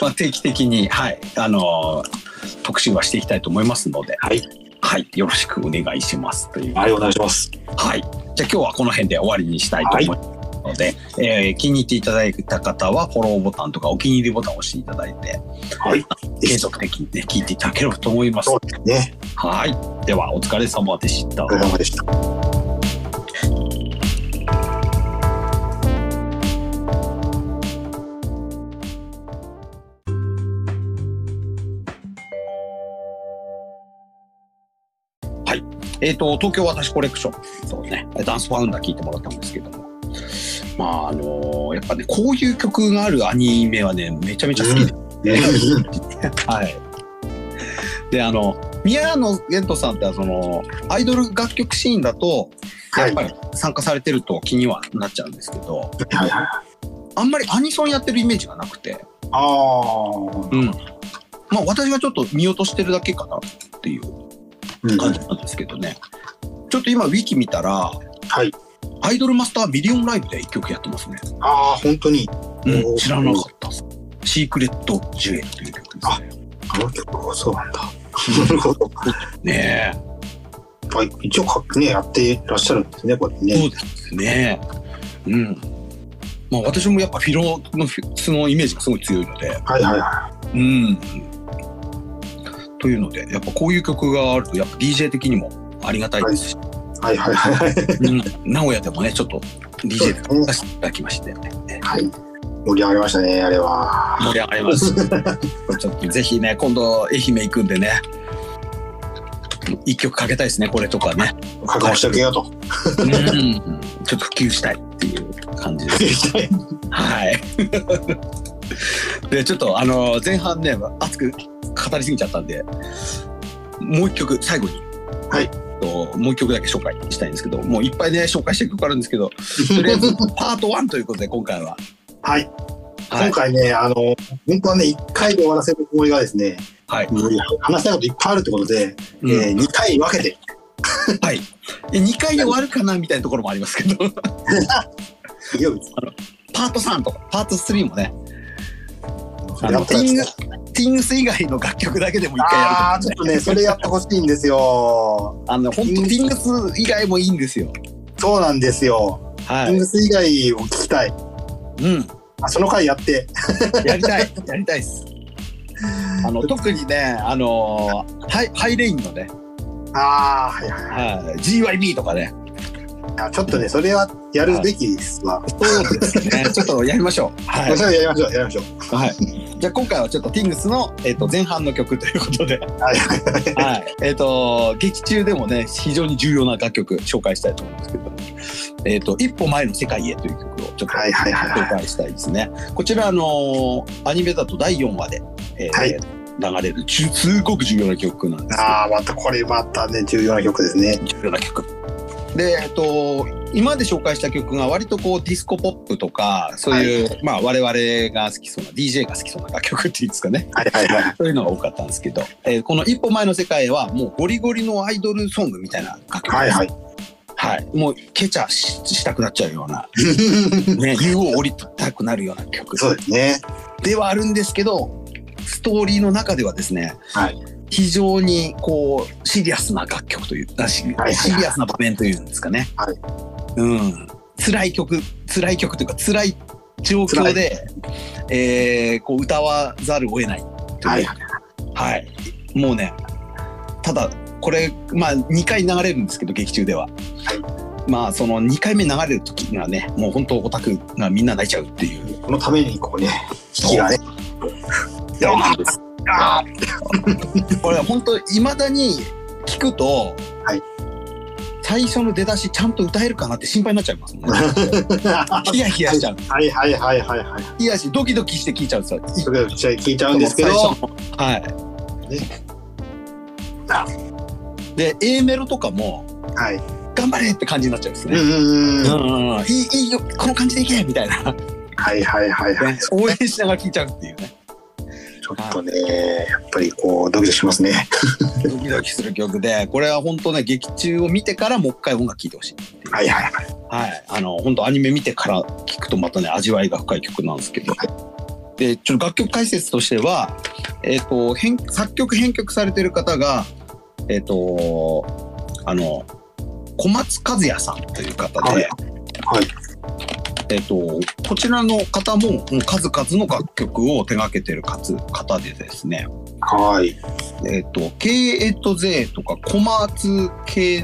Speaker 1: まあ、定期的にはいあのー特集はしていきたいと思いますので
Speaker 2: はい。
Speaker 1: はいよろしくお願いしますという
Speaker 2: はい、お願いします。
Speaker 1: はい。じゃあ今日はこの辺で終わりにしたいと思いますので、えー気に入っていただいた方はフォローボタンとかお気に入りボタンを押していただいて、
Speaker 2: はい。
Speaker 1: 継続的に、ね、聞いていただければと思います
Speaker 2: そ。うですね。
Speaker 1: はい。ではお疲れ様でした
Speaker 2: お疲。れ様でした。
Speaker 1: えっ、と、東京私コレクション。そうね。ダンスファウンダー聞いてもらったんですけども。まあ、あのーやっぱね、こういう曲があるアニメはね、めちゃめちゃ好きで。はい。で、あの、宮野源斗さんってその、アイドル楽曲シーンだと、
Speaker 2: は
Speaker 1: や
Speaker 2: い
Speaker 1: っぱり参加されてると気にはなっちゃうんですけど、
Speaker 2: はいはい。
Speaker 1: あんまりアニソンやってるイメージがなくて、
Speaker 2: ああ。
Speaker 1: うん。まあ私はちょっと見落としてるだけかなっていう
Speaker 2: うん
Speaker 1: 感じなんですけどね。ちょっと今ウィキ見たら、
Speaker 2: はい。
Speaker 1: アイドルマスターミリオンライブで一曲やってますね。
Speaker 2: ああ、本当に。
Speaker 1: う
Speaker 2: お
Speaker 1: ん、
Speaker 2: ー
Speaker 1: 知らなかったっす。シークレットジュエルという曲ですね。
Speaker 2: あの曲はそうな んだ。なるほど。
Speaker 1: ねえ。
Speaker 2: はい。一応か、ね、やってらっしゃるんですね、これ
Speaker 1: そ
Speaker 2: ね。
Speaker 1: うですね。うん。まあ私もやっぱフィロのフィそのイメージがすごい強いので、
Speaker 2: はいはいは
Speaker 1: うん。というので、やっぱこういう曲があると、やっぱ DJ 的にもありがたいですし、
Speaker 2: い。はいはいはい。
Speaker 1: うん名古屋でもね、ちょっと DJ で
Speaker 2: そう
Speaker 1: 出していただきまして、ね
Speaker 2: はい。盛り上がりましたね、あれは。
Speaker 1: 盛り上がり ます。ちょっとぜひね、今度愛媛行くんでね、一曲かけたいですね、これとかね。
Speaker 2: 覚悟しておけよと。
Speaker 1: うん、ちょっと普及したいっていう感じです。はい。で、ちょっとあの前半ね、熱く語りすぎちゃったんで、もう一曲、最後に。
Speaker 2: はい
Speaker 1: と。もう一曲だけ紹介したいんですけど、もういっぱいね、紹介していく曲あるんですけど、とりあえ ずパート1ということで、今回は。
Speaker 2: はい。
Speaker 1: は
Speaker 2: 今
Speaker 1: い。
Speaker 2: 回ね、あの、本当はね、1回で終わらせるつもりがですね、
Speaker 1: はい
Speaker 2: 話したいこといっぱいあるってことで、
Speaker 1: うん
Speaker 2: え2回に分けて、
Speaker 1: はい。2回で終わるかなみたいなところもありますけど、
Speaker 2: いよいよ
Speaker 1: パート3とか、パート3もね、あ
Speaker 2: や
Speaker 1: の
Speaker 2: っ
Speaker 1: テ
Speaker 2: た
Speaker 1: ィ
Speaker 2: や
Speaker 1: ング
Speaker 2: つ。
Speaker 1: ティングス以外の楽曲だけでも一回やると
Speaker 2: ああ、ちょっとね、それやってほしいんですよ。
Speaker 1: あの、本当ティングス以外もいいんですよ。
Speaker 2: そうなんですよ。
Speaker 1: は
Speaker 2: キン
Speaker 1: い。
Speaker 2: グス以外を聞きたい。
Speaker 1: うん。
Speaker 2: あその回やって。
Speaker 1: やりたい、やりたいです。 あの特にね、あのーハイハイレインのね、
Speaker 2: ああ、はいはいはい
Speaker 1: はい、GYB とかね、
Speaker 2: あ。ちょっとね、それはやるべきですわ。
Speaker 1: そうです ね、ちょっとやりましょう。はい、
Speaker 2: それはやりましょう、やりましょう。
Speaker 1: はい、じゃあ今回はちょっと Things のえっ、と前半の曲ということで、
Speaker 2: はいはいはい。
Speaker 1: はい、えっ、と劇中でもね非常に重要な楽曲紹介したいと思うんですけど、えっ、と一歩前の世界へという曲をちょっと
Speaker 2: はいはいはい
Speaker 1: 紹
Speaker 2: はい。
Speaker 1: 介したいですね。こちら、あのーアニメだと第4話で、えー
Speaker 2: はい
Speaker 1: 流れるちゅすごく重要な曲なんですけど。
Speaker 2: ああ、またこれまたね、重要な曲ですね。
Speaker 1: 重要な曲。で、えっと、今まで紹介した曲が割とこうディスコポップとかそういう、まあ我々が好きそうな DJ が好きそうな楽曲っていうんですかね
Speaker 2: はいはいはい。
Speaker 1: そういうのが多かったんですけど、えーこの「一歩前の世界」はもうゴリゴリのアイドルソングみたいな楽曲
Speaker 2: はい
Speaker 1: です
Speaker 2: はい。
Speaker 1: はいもうケチャししたくなっちゃうよう な、ね、竜を降りたくなるような曲
Speaker 2: そうですね。
Speaker 1: ではあるんですけどストーリーの中ではですね、
Speaker 2: はい
Speaker 1: 非常にこうシリアスな楽曲というかシ,、
Speaker 2: はいはい
Speaker 1: シリアスな場面というんですかね、
Speaker 2: はい
Speaker 1: うん、辛い曲辛い曲というか辛い状況で、えーこう歌わざるを得ないという、
Speaker 2: はい
Speaker 1: はい、もうねただこれ、まあ、2回流れるんですけど劇中では、まあその2回目流れる時にはねもう本当オタクがみんな泣いちゃうっていう
Speaker 2: このためにこうね、引きがね。
Speaker 1: そうなんです。これ本当いまだに聞くと、
Speaker 2: はい
Speaker 1: 最初の出だしちゃんと歌えるかなって心配になっちゃい ますもんね。ヒヤヒヤしちゃう。
Speaker 2: はいはいはいはいは
Speaker 1: ヒ
Speaker 2: い。
Speaker 1: ヤヒヤしドキドキして聞いちゃうんですよ。
Speaker 2: それでは聞いちゃうんですけど、
Speaker 1: 最
Speaker 2: は
Speaker 1: 初のはい。で A メロとかも
Speaker 2: い。
Speaker 1: 頑張れって感じになっちゃうんです
Speaker 2: うん
Speaker 1: ね。
Speaker 2: うんうん。
Speaker 1: うんいいいいよこの感じでいけみたいな、
Speaker 2: はいはいはいはい。
Speaker 1: 応援しながら聞いちゃうっていうね
Speaker 2: ちょっとね、やっぱりこう、ドキドキしますね。
Speaker 1: ドキドキする曲でこれは本当ね劇中を見てからもう一回音楽聴いてほしい
Speaker 2: はいはいはい。
Speaker 1: はい、あの本当アニメ見てから聞くとまたね味わいが深い曲なんですけど、でちょっと楽曲解説としては、えー、と編作曲編曲されてる方がえっ、とあの小松和也さんという方で、
Speaker 2: はいはい
Speaker 1: えっ、とこちらの方ももう数々の楽曲を手掛けてるかつ方でですね
Speaker 2: はい。
Speaker 1: えっ、と K と Z とか小松 K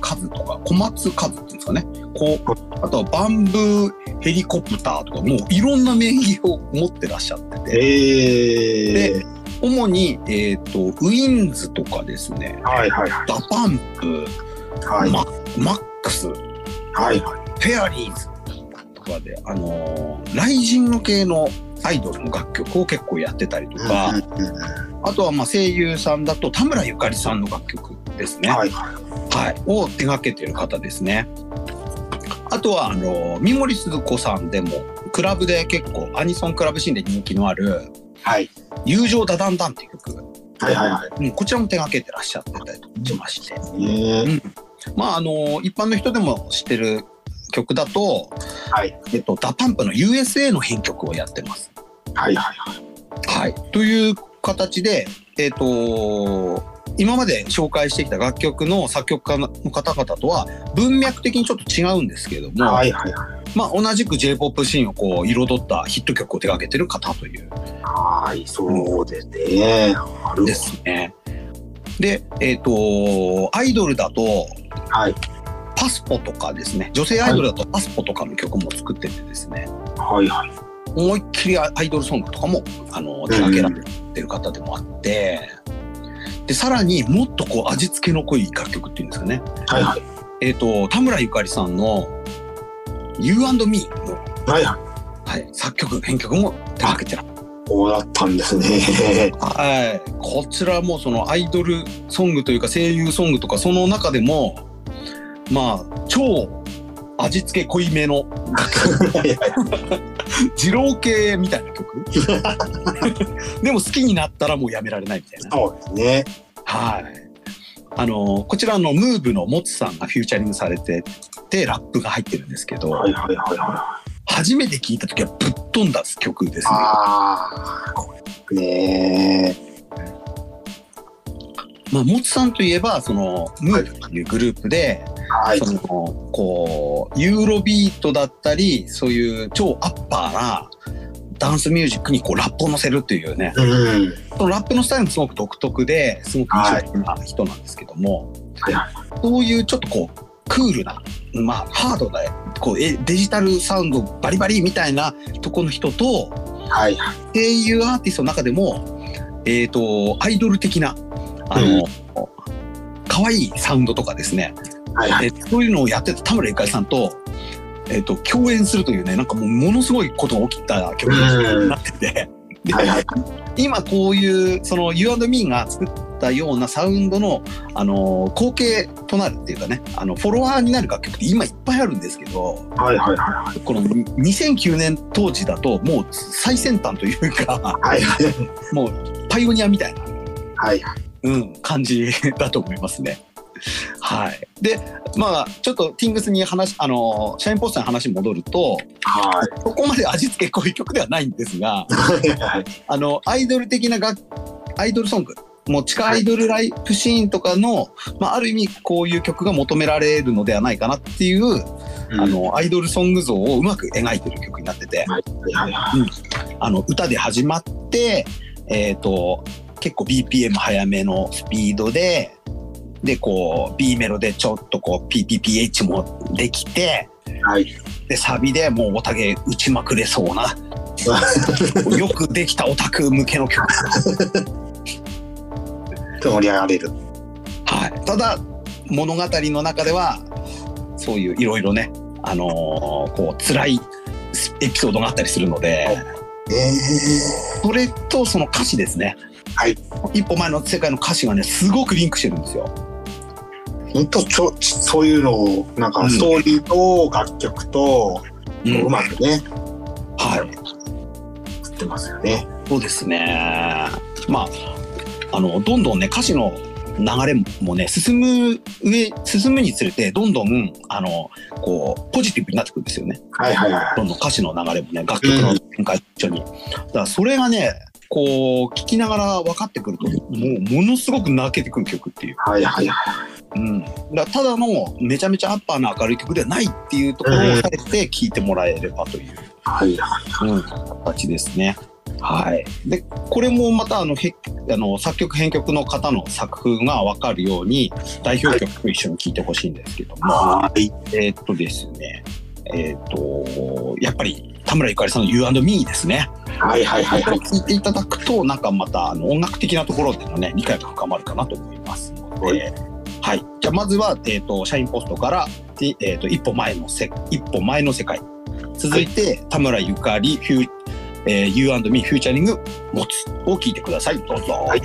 Speaker 1: 和とか小松和っていうんですかねこうあとはバンブーヘリコプターとかもういろんな名義を持ってらっしゃってて
Speaker 2: えー。
Speaker 1: 主に、えっとウィンズとかですね
Speaker 2: はいはいはい。
Speaker 1: ダパンプ、
Speaker 2: はい
Speaker 1: ママックスフ
Speaker 2: はいはい。
Speaker 1: ェアリーズとかであのーライジング系のアイドルの楽曲を結構やってたりとか、
Speaker 2: うんうんうん
Speaker 1: あとはまあ声優さんだと田村ゆかりさんの楽曲ですね。
Speaker 2: はいは
Speaker 1: はい、を手掛けている方ですね。あとはあの三森すず子さんでもクラブで結構アニソンクラブシーンで人気のある
Speaker 2: い。はい。
Speaker 1: 「友情だだんだん」っていう曲、
Speaker 2: はいはいは
Speaker 1: うん、こちらも手掛けてらっしゃってたりしまして
Speaker 2: い。えー。
Speaker 1: まああの一般の人でも知ってる曲だと、
Speaker 2: はい
Speaker 1: えっと、ダパンプの USA の編曲をやってます。
Speaker 2: はいはいは
Speaker 1: はい、という形で、えっと今まで紹介してきた楽曲の作曲家の方々とは文脈的にちょっと違うんですけれど
Speaker 2: い。
Speaker 1: も、
Speaker 2: はいはいはい。
Speaker 1: まあ、同じく j p o p シーンをこう彩ったヒット曲を手掛けてる方という
Speaker 2: はい、そうですね。なるほ
Speaker 1: で
Speaker 2: ど。
Speaker 1: すね。で、えっとアイドルだと
Speaker 2: はい。
Speaker 1: パスポとかですね女性アイドルだとパスポとかの曲も作っててですね、
Speaker 2: はいはい。
Speaker 1: 思いっきりアイドルソングとかもあの手掛けられてる方でもあって、でさらにもっとこう味付けの濃い楽曲っていうんですかね、
Speaker 2: はいはい。
Speaker 1: えっと田村ゆかりさんの「You&Me」の、
Speaker 2: はいはい。
Speaker 1: はい、作曲編曲も手掛けてらっしゃる
Speaker 2: こうだったんですね。
Speaker 1: はい、こちらもそのアイドルソングというか声優ソングとかその中でもまあ超味付け濃いめの二郎系みたいな 曲でも好きになったらもうやめられないみたいな
Speaker 2: そうですね。
Speaker 1: はいあのこちらのムーブのモツさんがフューチャリングされててラップが入ってるんですけど、
Speaker 2: はいはいはいはい。
Speaker 1: 初めて聞いた時はぶっ飛んだ曲ですね
Speaker 2: ああ、これね。
Speaker 1: まあモツさんといえばそのムーブというグループで、
Speaker 2: はい
Speaker 1: そ。のこうユーロビートだったりそういう超アッパーなダンスミュージックにこうラップを乗せるっていうね
Speaker 2: うん。
Speaker 1: そのラップのスタイルもすごく独特ですごく印象的な人なんですけども、
Speaker 2: はいは
Speaker 1: そういうちょっとこうクールな、まあ、ハードでこうえデジタルサウンドバリバリみたいなとこの人と
Speaker 2: はいはい。
Speaker 1: 声優アーティストの中でも、えー、とアイドル的なあの、可愛いサウンドとかですね
Speaker 2: はいはい。
Speaker 1: えーそういうのをやってた田村ゆかりさんと,、えー、と共演するというねなんかもうものすごいことが起きた曲になってて、で
Speaker 2: はいはい。
Speaker 1: 今こういうその U&Me が作ったようなサウンドの、あのー後継となるっていうかねあのフォロワーになる楽曲って今いっぱいあるんですけど
Speaker 2: はいはいは
Speaker 1: この2009年当時だともう最先端というか
Speaker 2: い。はいはい。
Speaker 1: もうパイオニアみたいな
Speaker 2: はい
Speaker 1: うん、感じ だと思いますね。はい、でまあちょっと Tings に話あの社員ポスターの話に戻ると
Speaker 2: は
Speaker 1: そこまで味付けこういう曲ではないんですが
Speaker 2: い。はいはい。
Speaker 1: あのアイドル的な楽アイドルソングもう地下アイドルライブシーンとかの、まあ、ある意味こういう曲が求められるのではないかなっていう、あのアイドルソング像をうまく描いてる曲になってて、
Speaker 2: はいはいは
Speaker 1: あの歌で始まって、えー、と結構 BPM 早めのスピードででこう B メロでちょっとこう PPPH もできて
Speaker 2: い。はい。
Speaker 1: でサビでもうおたげ打ちまくれそうなよくできたオタク向けの曲
Speaker 2: で盛り上がれる。
Speaker 1: はい、ただ物語の中ではそういういろいろね、あのーこう辛いエピソードがあったりするので
Speaker 2: ええ
Speaker 1: それとその歌詞ですね、
Speaker 2: はい、
Speaker 1: 一歩前の世界の歌詞がねすごくリンクしてるんですよ。
Speaker 2: ー。本当ちょ、ちそういうのを、なん
Speaker 1: う
Speaker 2: か、
Speaker 1: ん
Speaker 2: ストーリーと楽曲と、う
Speaker 1: うん
Speaker 2: まくね、
Speaker 1: はい、
Speaker 2: 作ってますよね。
Speaker 1: そうですねまああのどんどんね歌詞の流れもね進む上進むにつれてどんどんあのこうポジティブになってくるんですよね。
Speaker 2: はいはいはい。
Speaker 1: どんどん歌詞の流れもね楽曲の展開と一緒に、だからそれがねこう聴きながら分かってくるともうものすごく泣けてくる曲っていう、
Speaker 2: はいはいはい。
Speaker 1: うん、だからただのめちゃめちゃアッパーな明るい曲ではないっていうところを
Speaker 2: うん
Speaker 1: 抑えて聴いてもらえればという、
Speaker 2: はいは
Speaker 1: うん、形ですね。はい、でこれもまたあのへあの作曲編曲の方の作風が分かるように代表曲と一緒に聴いてほしいんですけども、
Speaker 2: い。
Speaker 1: えーっとですねえーっとやっぱり田村ゆかりさんの「You&Me」ですね。
Speaker 2: はいはいはいはい。
Speaker 1: 聞いていただくとなんかまたあの音楽的なところっていうのはね理解が深まるかなと思いますので、
Speaker 2: は
Speaker 1: はいじゃあまずは、えー、と社員ポストから、でえー、と一歩前のせ一歩前の世界続いて、田村ゆかりフュー、えー、You&Me フューチャリング「持つ」を聞いてくださいどうぞ。
Speaker 2: はい